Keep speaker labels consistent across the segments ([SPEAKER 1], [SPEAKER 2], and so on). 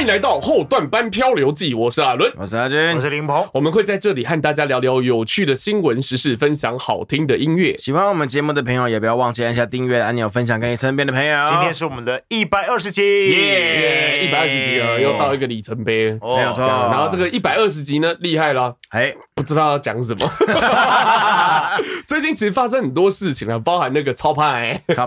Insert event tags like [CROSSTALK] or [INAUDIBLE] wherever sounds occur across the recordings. [SPEAKER 1] 迎来到后段班漂流记，我是阿伦。
[SPEAKER 2] 我是阿军
[SPEAKER 3] 我。是林鹏，
[SPEAKER 1] 我们会在这里和大家聊聊有趣的新闻时事，分享好听的音乐。
[SPEAKER 2] 喜欢我们节目的朋友，也不要忘记按下订阅按钮，分享给你身边的朋友。
[SPEAKER 3] 今天是我们的一百二十集，
[SPEAKER 1] 耶，一百二十集了，又到一个里程碑。
[SPEAKER 3] 哦
[SPEAKER 2] 没有错
[SPEAKER 1] 这样然后这个一百二十集呢，厉害了，
[SPEAKER 3] [LAUGHS]
[SPEAKER 2] 哎，
[SPEAKER 1] 不知道要讲什么。
[SPEAKER 2] [LAUGHS]
[SPEAKER 1] [LAUGHS] 最近其实发生很多事情了，啊包含那个超派、
[SPEAKER 2] 超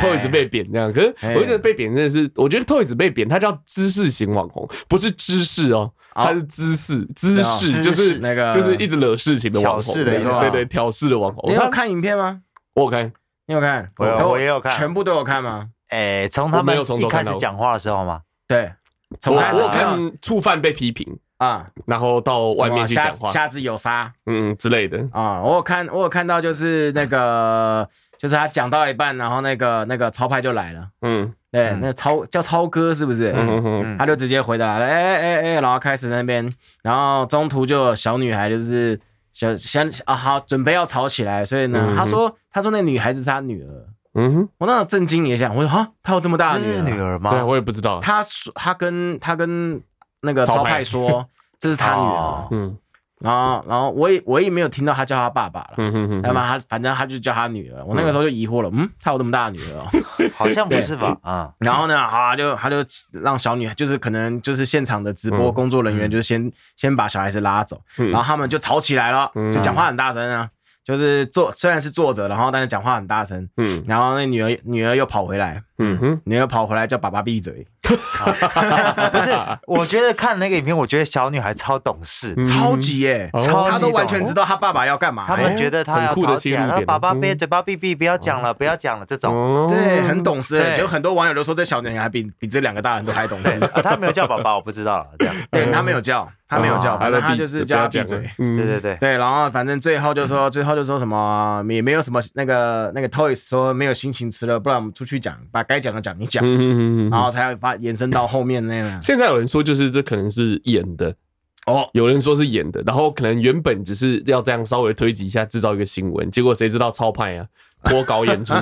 [SPEAKER 1] [LAUGHS] Toys 被贬这样，可是
[SPEAKER 2] 哎
[SPEAKER 1] 我觉得被贬真的是，我觉得 Toys 被贬，它叫知识型网红，不是知识哦，
[SPEAKER 2] 哦
[SPEAKER 1] 它是知识，知
[SPEAKER 2] 知
[SPEAKER 1] 识
[SPEAKER 2] 识
[SPEAKER 1] 就是
[SPEAKER 2] 那个
[SPEAKER 1] 就是一直惹事情的网红，
[SPEAKER 3] 挑事的
[SPEAKER 1] 对
[SPEAKER 2] 没错
[SPEAKER 1] 对对，挑事的网红。
[SPEAKER 2] 你有
[SPEAKER 1] 他
[SPEAKER 2] 看影片吗？
[SPEAKER 1] 我有看，
[SPEAKER 2] 你有看？
[SPEAKER 3] 我有
[SPEAKER 2] 都
[SPEAKER 3] 我也有看
[SPEAKER 2] 全部都有看吗？
[SPEAKER 3] 哎，从他
[SPEAKER 1] 我没
[SPEAKER 3] 们
[SPEAKER 1] 有从头
[SPEAKER 3] 一开
[SPEAKER 1] 看
[SPEAKER 3] 始
[SPEAKER 1] 到
[SPEAKER 3] 讲话的时候嘛，
[SPEAKER 2] 对，
[SPEAKER 1] 我
[SPEAKER 2] 从开
[SPEAKER 1] 我
[SPEAKER 2] 始
[SPEAKER 1] 有
[SPEAKER 2] 看到
[SPEAKER 1] 看触犯被批评，
[SPEAKER 2] 啊，
[SPEAKER 1] 然后到外面去
[SPEAKER 2] 什么
[SPEAKER 1] 讲话
[SPEAKER 2] 瞎，瞎子有沙
[SPEAKER 1] 嗯之类的。
[SPEAKER 2] 啊！我有看，我有看到，就是那个，就是他讲到一半，然后那个那个超派就来了，
[SPEAKER 1] 嗯
[SPEAKER 2] 对，
[SPEAKER 3] 嗯
[SPEAKER 2] 那个超叫超哥是不是？
[SPEAKER 1] 嗯嗯嗯，
[SPEAKER 3] 嗯
[SPEAKER 2] 他就直接回答了，哎哎哎哎，然后开始那边，然后中途就有小女孩就是小先啊好，准备要吵起来，所以呢
[SPEAKER 1] 嗯，
[SPEAKER 2] 他说他说那女孩子是他女儿，
[SPEAKER 1] 嗯哼，
[SPEAKER 2] 我那时候震惊了一下，我说哈，他有这么大的
[SPEAKER 3] 那
[SPEAKER 2] 女
[SPEAKER 3] 是
[SPEAKER 2] 儿？
[SPEAKER 3] 女儿吗？
[SPEAKER 1] 对我也不知道。
[SPEAKER 2] 他说他跟他跟那个
[SPEAKER 1] 超
[SPEAKER 2] 超
[SPEAKER 1] 派
[SPEAKER 2] 派说这是他女儿
[SPEAKER 3] 哦，
[SPEAKER 1] [LAUGHS] 嗯
[SPEAKER 2] 然后然后我也我也没有听到他叫他爸爸了。
[SPEAKER 1] 嗯哼
[SPEAKER 2] 要
[SPEAKER 1] 哼
[SPEAKER 2] 么他反正他就叫他女儿，我那个时候就疑惑了，嗯，他有这么大的女儿哦、
[SPEAKER 3] 好像不是吧？啊， [LAUGHS]
[SPEAKER 2] 然后呢，啊，就他就让小女孩，就是可能就是现场的直播
[SPEAKER 1] 嗯
[SPEAKER 2] 工作人员，就先、先把小孩子拉走，
[SPEAKER 1] 嗯
[SPEAKER 2] 然后他们就吵起来了，
[SPEAKER 1] 嗯
[SPEAKER 2] 就讲话很大声啊，就是坐虽然是坐着，然后但是讲话很大声，
[SPEAKER 1] 嗯
[SPEAKER 2] 然后那女儿女儿又跑回来，
[SPEAKER 1] 嗯哼，
[SPEAKER 2] 女儿跑回来叫爸爸闭嘴，
[SPEAKER 3] 不是，我觉得看那个影片，我觉得小女孩超懂事，
[SPEAKER 1] 嗯
[SPEAKER 2] 超级耶、
[SPEAKER 1] 哦
[SPEAKER 3] 超级
[SPEAKER 2] 他都完全
[SPEAKER 3] 懂
[SPEAKER 2] 知道他爸爸要干嘛、
[SPEAKER 3] 他们
[SPEAKER 2] 欸
[SPEAKER 3] 觉得他
[SPEAKER 1] 哎很
[SPEAKER 3] 要
[SPEAKER 1] 酷的
[SPEAKER 3] 吵
[SPEAKER 1] 切
[SPEAKER 3] 起
[SPEAKER 1] 入
[SPEAKER 3] 来，然后
[SPEAKER 1] 点
[SPEAKER 3] 爸爸
[SPEAKER 1] 嗯
[SPEAKER 3] 别嘴巴闭闭，不要讲了，不要讲了，这 [LAUGHS] 种。
[SPEAKER 1] 哦
[SPEAKER 2] 对，很懂事欸，
[SPEAKER 3] 对
[SPEAKER 2] 就很多网友都说这小女孩比比这两个大人都还懂事。
[SPEAKER 3] 啊，他没有叫爸爸，我不知道了。这样，
[SPEAKER 2] 对他没有叫，他没有叫，
[SPEAKER 1] 哦
[SPEAKER 2] 反正他
[SPEAKER 1] 闭
[SPEAKER 2] 就是
[SPEAKER 1] 不
[SPEAKER 2] 叫
[SPEAKER 1] 要
[SPEAKER 2] 他闭
[SPEAKER 1] 讲
[SPEAKER 2] 嘴
[SPEAKER 1] 了。嗯
[SPEAKER 3] 对对对，
[SPEAKER 2] 对，然后反正最后就说，最后就说什么也没有什么那个那个 Toys 说没有心情吃了，不然我们出去讲，把该讲的讲一讲，
[SPEAKER 1] 嗯哼哼哼
[SPEAKER 2] 然后才发延伸到后面
[SPEAKER 1] [LAUGHS]
[SPEAKER 2] 那个。
[SPEAKER 1] 现在有人说，就是这可能是演的，
[SPEAKER 2] 哦，
[SPEAKER 1] 有人说是演的，然后可能原本只是要这样稍微推挤一下，制造一个新闻，结果谁知道超派啊，脱稿演出，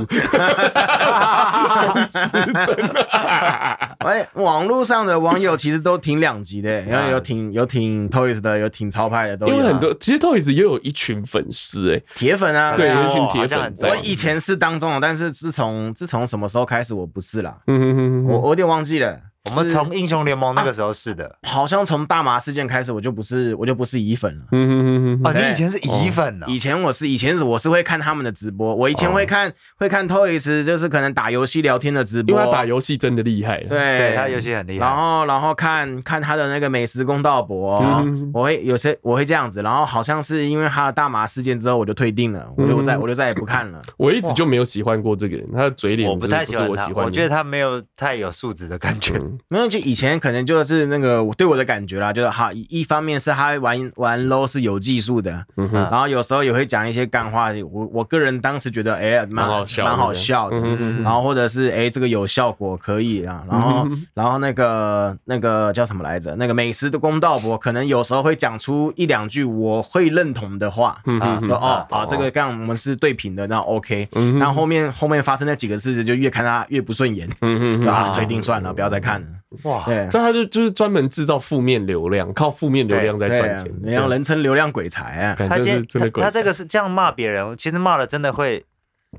[SPEAKER 1] 是真的、
[SPEAKER 2] 哎，网络上的网友其实都挺两
[SPEAKER 1] [LAUGHS]
[SPEAKER 2] 极的，然后
[SPEAKER 3] 啊
[SPEAKER 2] 有挺有挺 Toys 的，有挺超派的，都有
[SPEAKER 1] 因
[SPEAKER 2] 啊
[SPEAKER 1] 为很多其实 Toys 也有一群粉丝哎、
[SPEAKER 2] 铁粉啊，
[SPEAKER 1] 对，有
[SPEAKER 2] 啊
[SPEAKER 1] 一群
[SPEAKER 3] 哦
[SPEAKER 1] 铁
[SPEAKER 3] 好像
[SPEAKER 1] 粉
[SPEAKER 3] 很
[SPEAKER 1] 在
[SPEAKER 2] 我。以前是当中的，但是自从自从什么时候开始我不是啦，
[SPEAKER 1] 嗯哼哼
[SPEAKER 2] 我
[SPEAKER 1] 哼，
[SPEAKER 2] 我有点忘记了。
[SPEAKER 3] 我们
[SPEAKER 2] 是
[SPEAKER 3] 从英雄联盟那个时候是的。
[SPEAKER 2] 好像从大麻事件开始，我就不是我就不是乙粉了。
[SPEAKER 1] 嗯哼哼
[SPEAKER 3] 哦，
[SPEAKER 1] 哼，
[SPEAKER 3] 你以前是乙粉呢？哦
[SPEAKER 2] 以前我是以前是我是会看他们的直播，我以前会看、会看 Toys，就是可能打游戏聊天的直
[SPEAKER 1] 哦因
[SPEAKER 2] 播，
[SPEAKER 1] 为他打游戏真的厉害了。啊
[SPEAKER 2] 对
[SPEAKER 3] 对他游戏很厉
[SPEAKER 2] 然
[SPEAKER 3] 害。
[SPEAKER 2] 后然后看看他的那个美食公道博，
[SPEAKER 1] 嗯
[SPEAKER 2] 我会有些我会这样子，然后好像是因为他的大麻事件之后，我就退订了，我就再、
[SPEAKER 1] 嗯
[SPEAKER 2] 我就再也不看了。
[SPEAKER 1] 我一直就没有喜欢过这个人，他的嘴脸
[SPEAKER 3] 我不太
[SPEAKER 1] 就
[SPEAKER 3] 喜
[SPEAKER 1] 是
[SPEAKER 3] 欢
[SPEAKER 1] 我
[SPEAKER 3] 他
[SPEAKER 1] 喜，欢的，
[SPEAKER 3] 我觉得他没有太有素质的感觉。
[SPEAKER 1] 嗯
[SPEAKER 2] 没有，就以前可能就是那个我对我的感觉啦，就是哈，一一方面是他玩玩 low 是有技术的，
[SPEAKER 1] 嗯哼，
[SPEAKER 2] [LAUGHS] 然后有时候也会讲一些干话，我我个人当时觉得哎、
[SPEAKER 1] 蛮
[SPEAKER 2] 蛮
[SPEAKER 1] 好笑的，
[SPEAKER 2] 蛮好笑的，
[SPEAKER 1] 嗯哼哼
[SPEAKER 2] 然后或者是哎，这个有效果可
[SPEAKER 1] [LAUGHS]
[SPEAKER 2] 以啊，然后
[SPEAKER 1] 嗯哼
[SPEAKER 2] 然后那个那个叫什么来着？那个美食的公道博，可能有时候会讲出一两句我会认同的话，
[SPEAKER 1] 嗯哼
[SPEAKER 2] 说
[SPEAKER 1] 哼
[SPEAKER 2] 哦
[SPEAKER 3] 嗯
[SPEAKER 2] 啊，这个干我们是对平的，那 OK。
[SPEAKER 1] 嗯哼
[SPEAKER 2] 那后面后面发生那几个事情，就越看他越不顺眼，
[SPEAKER 1] 嗯哼
[SPEAKER 2] 就
[SPEAKER 1] 哼，
[SPEAKER 2] 啊，推定算了，不要再看了。
[SPEAKER 1] 嗯
[SPEAKER 3] 哇，
[SPEAKER 2] 对啊
[SPEAKER 1] 这他就就是专门制造负面流量，靠负面流量在
[SPEAKER 2] 对
[SPEAKER 1] 赚
[SPEAKER 2] 啊
[SPEAKER 1] 钱，，
[SPEAKER 2] 你让
[SPEAKER 1] 对
[SPEAKER 2] 人称流量鬼才啊。
[SPEAKER 1] 感
[SPEAKER 3] 他
[SPEAKER 1] 觉
[SPEAKER 3] 今
[SPEAKER 1] 是真的
[SPEAKER 3] 天
[SPEAKER 1] 鬼
[SPEAKER 3] 他他这个是这样骂别人，其实骂了真的会，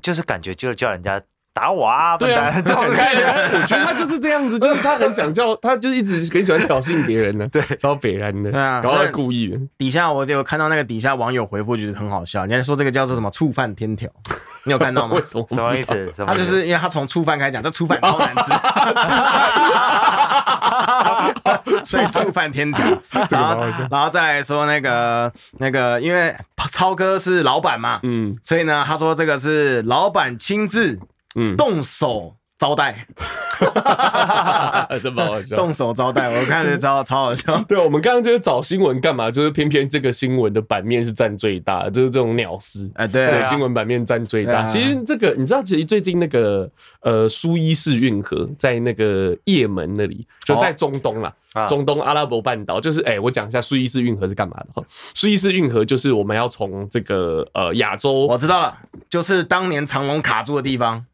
[SPEAKER 3] 就是感觉就叫人家打我
[SPEAKER 1] [LAUGHS]
[SPEAKER 3] 啊，
[SPEAKER 1] 对啊，
[SPEAKER 3] 笨蛋这种感觉。
[SPEAKER 1] 我觉得他就是这样 [LAUGHS] 子，就是他很想叫，他就一直很喜欢挑衅别人呢，对，超北然的，
[SPEAKER 2] 对啊
[SPEAKER 1] 然后他
[SPEAKER 2] 那
[SPEAKER 1] 故意的，
[SPEAKER 2] 底下我有看到那个底下网友回复，觉得很好笑。人家说这个叫做什么触犯天条，你有看到吗
[SPEAKER 1] [LAUGHS] 为？什么？
[SPEAKER 3] 什么意？思？什么
[SPEAKER 2] 他
[SPEAKER 3] 意
[SPEAKER 2] 就
[SPEAKER 3] 思
[SPEAKER 2] 是因为他从触犯开始讲，这触犯超难吃，所以触犯天
[SPEAKER 1] [LAUGHS]
[SPEAKER 2] 条。然后，然后再来说那个那个，因为超哥是老板嘛，
[SPEAKER 1] 嗯
[SPEAKER 2] 所以呢，他说这个是老板亲自
[SPEAKER 1] 嗯， [LAUGHS]
[SPEAKER 2] 动手招待，
[SPEAKER 1] 真蛮好笑。
[SPEAKER 2] 动手招待，我看了超超好笑。
[SPEAKER 1] 对，我们刚刚就是找新闻干嘛？就是偏偏这个新闻的版面是占最大的，就是这种鸟事。
[SPEAKER 2] 哎，对
[SPEAKER 1] 对，
[SPEAKER 2] 啊，
[SPEAKER 1] 新闻版面占最大。
[SPEAKER 2] 对啊
[SPEAKER 1] 其实这个你知道，其实最近那个呃，苏伊士运河在那个也门那里，就在中东啦，
[SPEAKER 3] 啊
[SPEAKER 1] 中东阿拉伯半岛。就是哎、我讲一下苏伊士运河是干嘛的哈。苏伊士运河就是我们要从这个呃亚洲
[SPEAKER 2] 我知道了，就是当年长龙卡住的地方。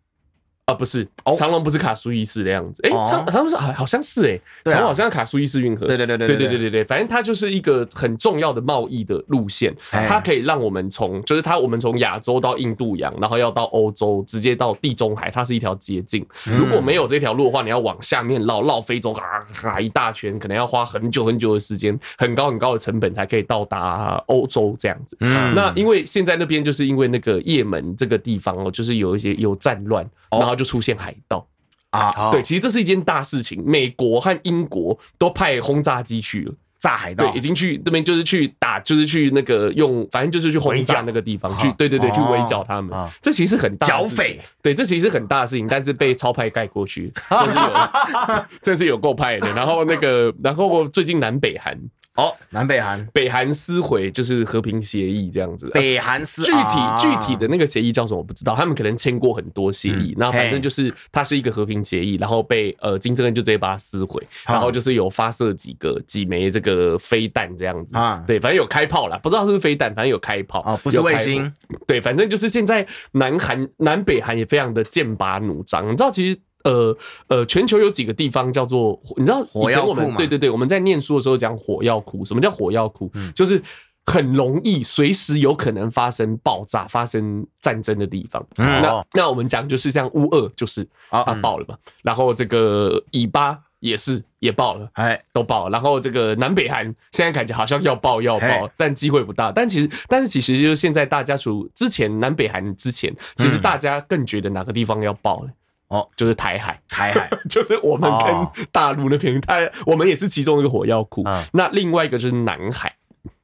[SPEAKER 1] 啊，不是，长隆不是卡苏伊士的样子。哎，
[SPEAKER 2] 哦
[SPEAKER 1] 长他们说好好像是哎，
[SPEAKER 2] 对啊
[SPEAKER 1] 长隆好像卡苏伊士运河。
[SPEAKER 2] 对对对对
[SPEAKER 1] 对对对对对，反正它就是一个很重要的贸易的路线，
[SPEAKER 2] 哎
[SPEAKER 1] 它可以让我们从就是它我们从亚洲到印度洋，然后要到欧洲，直接到地中海，它是一条捷径。
[SPEAKER 2] 嗯
[SPEAKER 1] 如果没有这条路的话，你要往下面绕绕非洲，啊啊一大圈，可能要花很久很久的时间，很高很高的成本才可以到达欧洲这样子。
[SPEAKER 2] 嗯
[SPEAKER 1] 那因为现在那边就是因为那个也门这个地方哦，就是有一些有战乱，然后就出现海盗。
[SPEAKER 2] 啊，
[SPEAKER 1] 对，，其实这是一件大事情，美国和英国都派轰炸机去了。
[SPEAKER 2] 炸海
[SPEAKER 1] 对
[SPEAKER 2] 盗，
[SPEAKER 1] 已经去这边就是去打，就是去那个用，反正就是去轰
[SPEAKER 3] 围
[SPEAKER 1] 炸
[SPEAKER 3] 剿
[SPEAKER 1] 那个地方
[SPEAKER 3] 啊
[SPEAKER 1] 去，对对对，去围
[SPEAKER 2] 哦
[SPEAKER 1] 剿他们
[SPEAKER 3] 啊。
[SPEAKER 1] 这其实是很大的
[SPEAKER 2] 剿
[SPEAKER 1] 事情
[SPEAKER 2] 匪，
[SPEAKER 1] 对，这其实是很大的事情，但是被超派盖过
[SPEAKER 2] [LAUGHS]
[SPEAKER 1] 去，真是有，真是有够派的。然后那个，然后最近南北韩，
[SPEAKER 2] 哦，南北韩，
[SPEAKER 1] 北韩撕毁就是和平协议这样子。呃
[SPEAKER 2] 北韩是
[SPEAKER 1] 具体
[SPEAKER 2] 啊
[SPEAKER 1] 具体的那个协议叫什么我不知道，他们可能签过很多协议，那反正就是它是一个和平协议，然后被呃金正恩就直接把它撕毁，
[SPEAKER 2] 啊
[SPEAKER 1] 然后就是有发射几个几枚这个飞弹这样子
[SPEAKER 2] 啊
[SPEAKER 1] 对，反正有开炮啦，不知道是不是飞弹，反正有开炮
[SPEAKER 2] 哦，不是
[SPEAKER 1] 有开
[SPEAKER 2] 卫
[SPEAKER 1] 火
[SPEAKER 2] 星，
[SPEAKER 1] 对，反正就是现在南韩、南北韩也非常的剑拔弩张。你知道，其实呃呃，全球有几个地方叫做你知道
[SPEAKER 2] 火
[SPEAKER 1] 以前我
[SPEAKER 2] 药库
[SPEAKER 1] 们
[SPEAKER 2] 嘛
[SPEAKER 1] 对对对，我们在念书的时候讲火药库。什么叫火药库？
[SPEAKER 2] 嗯
[SPEAKER 1] 就是很容易随时有可能发生爆炸、发生战争的地方。
[SPEAKER 2] 嗯
[SPEAKER 1] 那那我们讲就是像乌二，就是
[SPEAKER 2] 哦
[SPEAKER 1] 啊爆了嘛，然后这个以巴也是也爆了。
[SPEAKER 2] 哎，
[SPEAKER 1] 都爆，然后这个南北韩现在感觉好像要爆要爆
[SPEAKER 2] 嘿，
[SPEAKER 1] 但机会不大。但其实，但是其实就是现在大家除之前南北韩之前，其实大家更觉得哪个地方要爆了。
[SPEAKER 2] 嗯哦，
[SPEAKER 1] 就是台海， [LAUGHS]
[SPEAKER 2] 台海，
[SPEAKER 1] 就是我们
[SPEAKER 3] 哦
[SPEAKER 1] 跟大陆那边，它我们也是其中一个火药
[SPEAKER 2] 哦
[SPEAKER 1] 库
[SPEAKER 3] 嗯。
[SPEAKER 1] 那另外一个就是南海，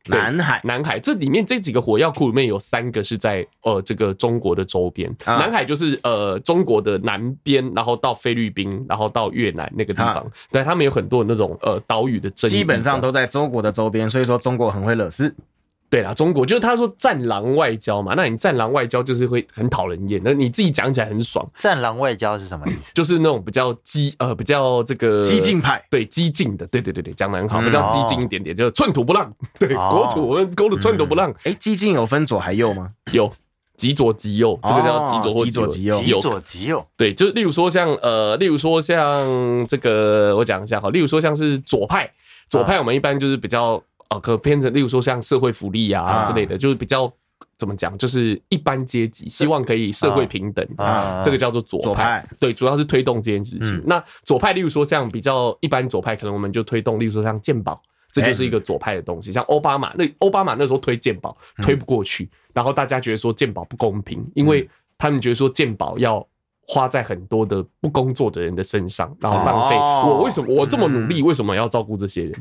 [SPEAKER 1] 对
[SPEAKER 2] 南海，
[SPEAKER 1] 南海这里面这几个火药库里面有三个是在呃这个中国的周边，
[SPEAKER 2] 啊
[SPEAKER 1] 南海就是呃中国的南边，然后到菲律宾，然后到越南那个地方
[SPEAKER 2] 啊，
[SPEAKER 1] 对，他们有很多那种呃岛屿的争议，
[SPEAKER 2] 基本上都在中国的周边，所以说中国很会惹事。
[SPEAKER 1] 对啦，中国就是他说战狼外交嘛，那你战狼外交就是会很讨人厌，那你自己讲起来很爽，
[SPEAKER 3] 战狼外交是什么意思？
[SPEAKER 1] 就是那种比较激呃比较这个
[SPEAKER 2] 激进派
[SPEAKER 1] 对激进的，对对对对，讲的很好，
[SPEAKER 2] 嗯
[SPEAKER 1] 比较激进一点点，就是寸土不让，对、
[SPEAKER 3] 哦
[SPEAKER 1] 国土我们国土寸土不让，
[SPEAKER 2] 哎，激进有分左还右吗？
[SPEAKER 1] 有。极左极右，这个叫
[SPEAKER 2] 哦
[SPEAKER 1] 极左或
[SPEAKER 2] 极左极右
[SPEAKER 1] 有
[SPEAKER 3] 极左极右，
[SPEAKER 1] 对，就是例如说像呃，例如说像这个，我讲一下哈，例如说像是左派，左派我们一般就是比较呃，可偏成，例如说像社会福利啊
[SPEAKER 2] 啊
[SPEAKER 1] 之类的，就是比较怎么讲，就是一般阶级，希望可以社会平等
[SPEAKER 3] 啊
[SPEAKER 1] 这个叫做左
[SPEAKER 2] 左
[SPEAKER 1] 派
[SPEAKER 2] 派，
[SPEAKER 1] 对，主要是推动这件事情
[SPEAKER 3] 嗯。
[SPEAKER 1] 那左派，例如说像比较一般左派，可能我们就推动，例如说像健保。这
[SPEAKER 2] 哎
[SPEAKER 1] 就是一个左派的东西，像奥巴马那奥巴马那时候推健保
[SPEAKER 2] 嗯
[SPEAKER 1] 推不过去，然后大家觉得说健保不公平，因
[SPEAKER 2] 嗯
[SPEAKER 1] 为他们觉得说健保要花在很多的不工作的人的身上，然后浪费
[SPEAKER 2] 哦嗯
[SPEAKER 1] 我为什么我这么努力，为什么要照顾这些人？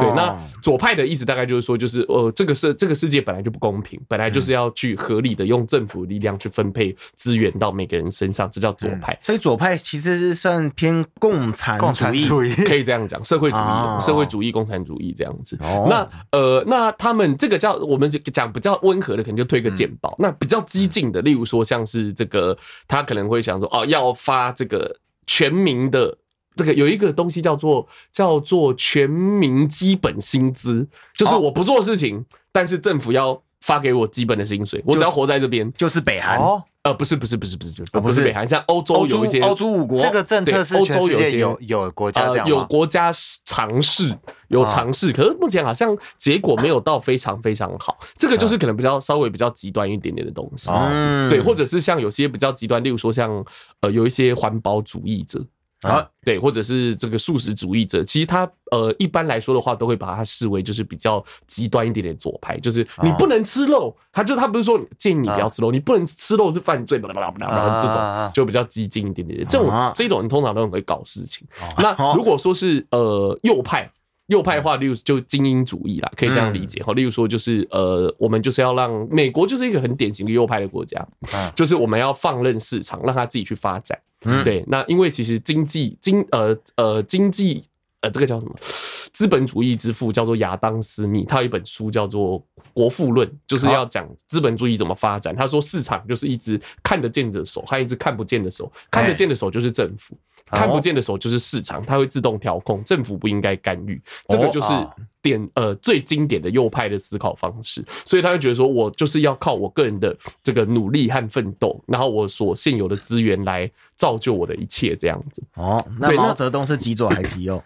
[SPEAKER 1] 嗯对，那左派的意思大概就是说，就是呃，这个世这个世界本来就不公平，本来
[SPEAKER 2] 嗯
[SPEAKER 1] 就是要去合理的用政府力量去分配资源到每个人身上，这叫左派。
[SPEAKER 2] 所以左派其实是算偏共产
[SPEAKER 3] 共产
[SPEAKER 2] 主义，
[SPEAKER 3] 主义，
[SPEAKER 1] 可以这样讲，社会主
[SPEAKER 2] 哦
[SPEAKER 1] 义、社会主义、共产主义这样子。
[SPEAKER 2] 哦
[SPEAKER 1] 那呃，那他们这个叫我们讲比较温和的，可能就推个健保；那比较激进的，例如说像是这个，他可能会想说，哦，要发这个全民的。这个有一个东西叫做叫做全民基本薪资，就是
[SPEAKER 2] 哦
[SPEAKER 1] 我不做事情，但是政府要发给我基本的薪水，我只要活在这边。
[SPEAKER 2] 就是北韩。
[SPEAKER 3] 哦，
[SPEAKER 1] 呃，不是不是不是不是
[SPEAKER 2] 哦
[SPEAKER 1] 不
[SPEAKER 2] 不
[SPEAKER 1] 是
[SPEAKER 2] 是
[SPEAKER 1] 北韩，像欧洲
[SPEAKER 2] 欧
[SPEAKER 1] 有
[SPEAKER 2] 洲
[SPEAKER 1] 一些
[SPEAKER 2] 欧洲五国
[SPEAKER 3] 这个政策
[SPEAKER 1] 对
[SPEAKER 3] 是
[SPEAKER 1] 欧
[SPEAKER 3] 全
[SPEAKER 1] 洲
[SPEAKER 3] 世
[SPEAKER 1] 有
[SPEAKER 3] 界
[SPEAKER 1] 些呃
[SPEAKER 3] 有有国家这样吗
[SPEAKER 1] 有国家尝试，有
[SPEAKER 3] 啊
[SPEAKER 1] 尝试，可是目前好像结果没有到非常非常好。这个就是可能比较稍微比较极端一点点的东西，
[SPEAKER 3] 嗯哦
[SPEAKER 2] 嗯
[SPEAKER 1] 对，或者是像有些比较极端，例如说像呃有一些环保主义者，
[SPEAKER 2] 啊
[SPEAKER 1] 对，或者是这个素食主义者，其实他呃一般来说的话，都会把它视为就是比较极端一点点的左派，就是你
[SPEAKER 3] 哦
[SPEAKER 1] 不能吃肉，他就他不是说建议你不要吃肉，你不能吃肉是犯罪，巴拉巴拉巴拉巴拉这
[SPEAKER 3] 啊啊
[SPEAKER 1] 种
[SPEAKER 3] 啊
[SPEAKER 1] 就比较激进一点点的，这种
[SPEAKER 2] 啊
[SPEAKER 1] 这种人通常都很会搞事情
[SPEAKER 3] [LAUGHS] 哦。嗯
[SPEAKER 1] 那如果说是呃右派。右派的话，例如就精英主义啦，可以这样理解哦哈。例如说，就是呃，我们就是要让美国就是一个很典型的右派的国家，
[SPEAKER 3] 嗯
[SPEAKER 1] 就是我们要放任市场，让它自己去发展。
[SPEAKER 2] 嗯
[SPEAKER 1] 对，那因为其实经济经呃呃经济呃这个叫什么？资本主义之父叫做亚当·斯密，他有一本书叫做《国富论》，就是要讲资本主义怎么发展。他说，市场就是一只看得见的手和一只看不见的手，看得见的手就是政府，
[SPEAKER 3] 哦
[SPEAKER 1] 看不见的手就是市场，它会自动调控，政府不应该干预。这个就是
[SPEAKER 2] 啊
[SPEAKER 3] 哦
[SPEAKER 1] 点呃最经典的右派的思考方式，所以他会觉得说我就是要靠我个人的这个努力和奋斗，然后我所现有的资源来造就我的一切这样子。
[SPEAKER 2] 哦，那
[SPEAKER 1] 对那
[SPEAKER 2] 毛泽东是极左还是极右？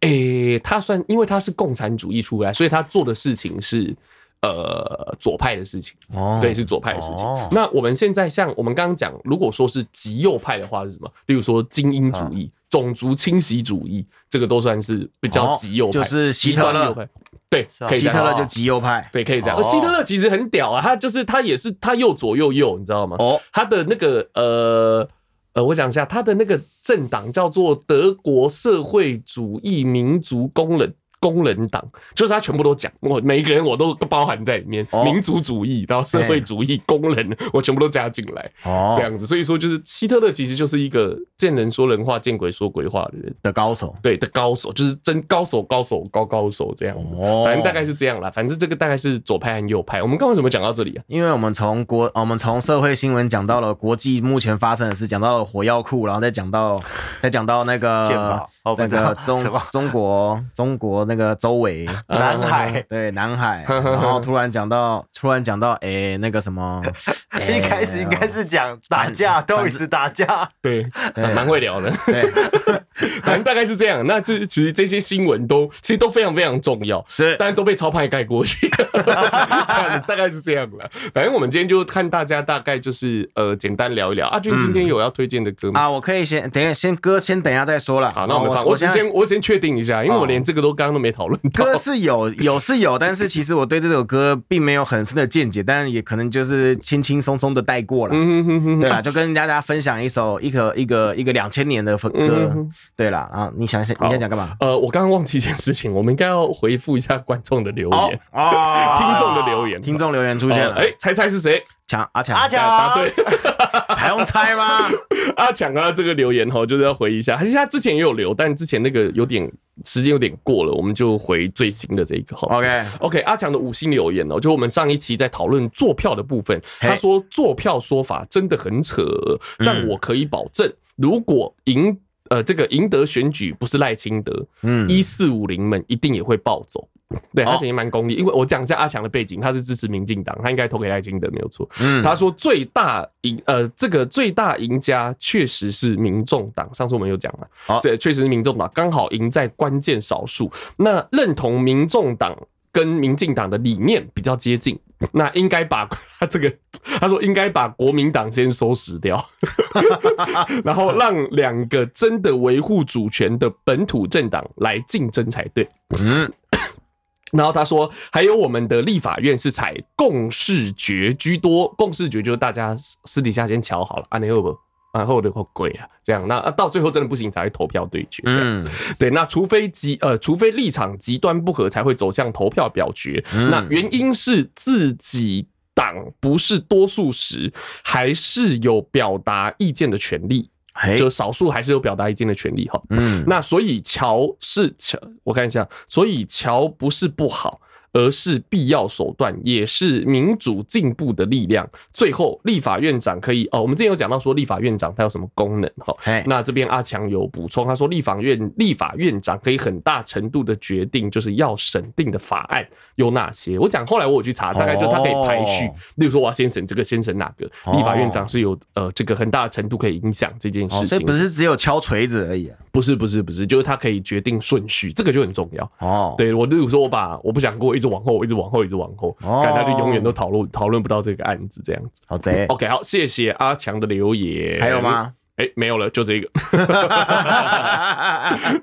[SPEAKER 1] 诶、他算因为他是共产主义出来，所以他做的事情是呃左派的事情，
[SPEAKER 2] 哦
[SPEAKER 1] 对，，是左派的事情。
[SPEAKER 3] 哦
[SPEAKER 1] 那我们现在像我们刚刚讲，如果说是极右派的话是什么？例如说精英主
[SPEAKER 2] 嗯
[SPEAKER 1] 义、种族清洗主义，这个都算是比较极右派，
[SPEAKER 2] 哦就是希
[SPEAKER 1] 极
[SPEAKER 2] 特勒
[SPEAKER 1] 端右派，对
[SPEAKER 3] 是啊，
[SPEAKER 1] 可以
[SPEAKER 2] 希
[SPEAKER 1] 这样
[SPEAKER 2] 特
[SPEAKER 1] 讲
[SPEAKER 2] 勒就极右派。
[SPEAKER 1] 对，可以这样。
[SPEAKER 3] 哦
[SPEAKER 1] 而希特勒其实很屌啊，他就是他也是他又左又右，你知道吗？
[SPEAKER 2] 哦，
[SPEAKER 1] 他的那个呃呃，我讲一下，他的那个政党叫做德国社会主义民族工人工人党，就是他全部都讲，我每一个人我都都包含在里面，
[SPEAKER 2] 哦
[SPEAKER 1] 民族主义，然后社会主义、工人，我全部都加进来，
[SPEAKER 2] 哦，
[SPEAKER 1] 这样子。所以说，就是希特勒其实就是一个见人说人话，见鬼说鬼话的人。
[SPEAKER 2] 的高手。
[SPEAKER 1] 对的高手，就是真高手，高手高高手这样子。
[SPEAKER 2] 哦
[SPEAKER 1] 反正大概是这样啦。反正这个大概是左派和右派。我们刚刚怎么讲到这里啊？
[SPEAKER 2] 因为我们从国，呃我们从社会新闻讲到了国际目前发生的事，讲到了火药库，然后再讲到，再讲到那
[SPEAKER 1] 呃
[SPEAKER 3] 健
[SPEAKER 2] 个
[SPEAKER 3] 保哦不
[SPEAKER 2] 那
[SPEAKER 3] 知道
[SPEAKER 2] 个中
[SPEAKER 3] 什么
[SPEAKER 2] [LAUGHS] 中国中国那个周围，
[SPEAKER 1] 呃
[SPEAKER 3] 南海 [LAUGHS]
[SPEAKER 2] 对南海，然后突然讲到，突然讲到，哎，那个什么，诶
[SPEAKER 3] 一开始应该是讲打架，都一直打架，
[SPEAKER 1] 对，
[SPEAKER 2] 对
[SPEAKER 1] [LAUGHS] 蛮会聊的。
[SPEAKER 2] 对，
[SPEAKER 1] 反正大概是这样。那这其实这些新闻都其实都非常非常重要，
[SPEAKER 2] 是
[SPEAKER 1] 但都被超派盖过去。这样大概是这样了。反正我们今天就看大家大概就是呃简单聊一聊。阿俊今天有要推荐的歌吗？
[SPEAKER 2] 啊，我可以先等一下，先歌先等一下再说了。
[SPEAKER 1] 好，那我们
[SPEAKER 2] 然
[SPEAKER 1] 放，
[SPEAKER 2] 后
[SPEAKER 1] 我
[SPEAKER 2] 我
[SPEAKER 1] 只
[SPEAKER 2] 现在
[SPEAKER 1] 先我先确定一下，因为
[SPEAKER 2] 哦
[SPEAKER 1] 我连这个都刚刚都没讨论到。
[SPEAKER 2] [LAUGHS] 歌是
[SPEAKER 1] [LAUGHS]
[SPEAKER 2] 有有是有，但是其实我对这首歌并没有很深的见解，但也可能就是轻轻松松的带过了。
[SPEAKER 1] 嗯哼哼哼，
[SPEAKER 2] 对啦，啊就跟大家分享一首一个一个一个两千年的歌。
[SPEAKER 1] 嗯哼
[SPEAKER 2] 对啦，啊，你想想，
[SPEAKER 1] 好
[SPEAKER 2] 你想讲干嘛？
[SPEAKER 1] 呃，我刚刚忘记一件事情，我们应该要回复一下观众的留言，
[SPEAKER 2] 哦，
[SPEAKER 1] 听众的留言，
[SPEAKER 2] 听众留言出现了，
[SPEAKER 1] 哎、
[SPEAKER 2] 哎，
[SPEAKER 1] 猜猜是谁？
[SPEAKER 2] 强阿强，
[SPEAKER 3] 阿强
[SPEAKER 1] 答对，
[SPEAKER 2] 还用猜
[SPEAKER 1] [LAUGHS]
[SPEAKER 2] 吗？
[SPEAKER 1] 阿强啊，这个留言哈，就是要回一下，还是他之前也有留，但之前那个有点时间有点过了，我们就回最新的这一个哈。
[SPEAKER 2] OK，
[SPEAKER 1] OK，阿强的五星留言哦，就我们上一期在讨论坐票的部分，
[SPEAKER 2] 嘿嗯
[SPEAKER 1] 他说坐票说法真的很扯，但我可以保证，如果赢呃这个赢得选举不是赖清德，
[SPEAKER 2] 嗯，
[SPEAKER 1] 一四五零们一定也会暴走。对，他
[SPEAKER 2] 哦
[SPEAKER 1] 其实蛮功利，因为我讲一下阿强的背景，他是支持民进党，他应该投给赖清德没有错。
[SPEAKER 2] 嗯
[SPEAKER 1] 他说最大赢呃，这个最大赢家确实是民众党，上次我们有讲
[SPEAKER 2] 好
[SPEAKER 1] 了，这确实是民众党刚好赢在关键少数。那认同民众党跟民进党的理念比较接近，那应该把 [LAUGHS] 他这个他说应该把国民党先收拾掉， [LAUGHS] 然后让两个真的维护主权的本土政党来竞争才对。
[SPEAKER 2] 嗯，
[SPEAKER 1] 然后他说，还有我们的立法院是采共视觉居多，共视觉就是大家私私底下先瞧好了，啊，你会不？然后的鬼啊，这样那啊到最后真的不行才会投票对决，这样、
[SPEAKER 2] 嗯，
[SPEAKER 1] [LAUGHS] 对。那除非极呃，除非立场极端不合，才会走向投票表决。
[SPEAKER 2] 嗯
[SPEAKER 1] 那原因是自己党不是多数时，还是有表达意见的权利，
[SPEAKER 2] 嘿，
[SPEAKER 1] 就少数还是有表达意见的权利哈。
[SPEAKER 2] 嗯，
[SPEAKER 1] 那所以桥是桥，我看一下，所以桥不是不好，而是必要手段，也是民主进步的力量。最后，立法院长可以哦，我们之前有讲到说立法院长他有什么功能哈。
[SPEAKER 2] 嘿，
[SPEAKER 1] 那这边阿强有补充，他说立法院立法院长可以很大程度的决定，就是要审定的法案有哪些。我讲后来我有去查，大概就他可以排序，
[SPEAKER 2] 哦
[SPEAKER 1] 例如说我要先审这个，先审哪个。
[SPEAKER 2] 哦
[SPEAKER 1] 立法院长是有呃这个很大的程度可以影响这件
[SPEAKER 2] 哦
[SPEAKER 1] 事
[SPEAKER 2] 所
[SPEAKER 1] 情
[SPEAKER 2] 以
[SPEAKER 1] 的。
[SPEAKER 2] 不是只有敲锤子而已啊，
[SPEAKER 1] 不是不是不是，就是他可以决定顺序，这个就很重要。
[SPEAKER 2] 哦，
[SPEAKER 1] 对我，例如说，我把我不想过，一直往后，一直往后，一直往后，
[SPEAKER 2] 哦
[SPEAKER 1] 感觉就永远都讨论讨论不到这个案子这样子。
[SPEAKER 2] 好贼，
[SPEAKER 1] OK，好，谢谢阿强的留言。
[SPEAKER 2] 还有？
[SPEAKER 1] [LAUGHS]
[SPEAKER 2] 吗？ [LAUGHS]
[SPEAKER 1] 哎、没有了，就这个， [LAUGHS]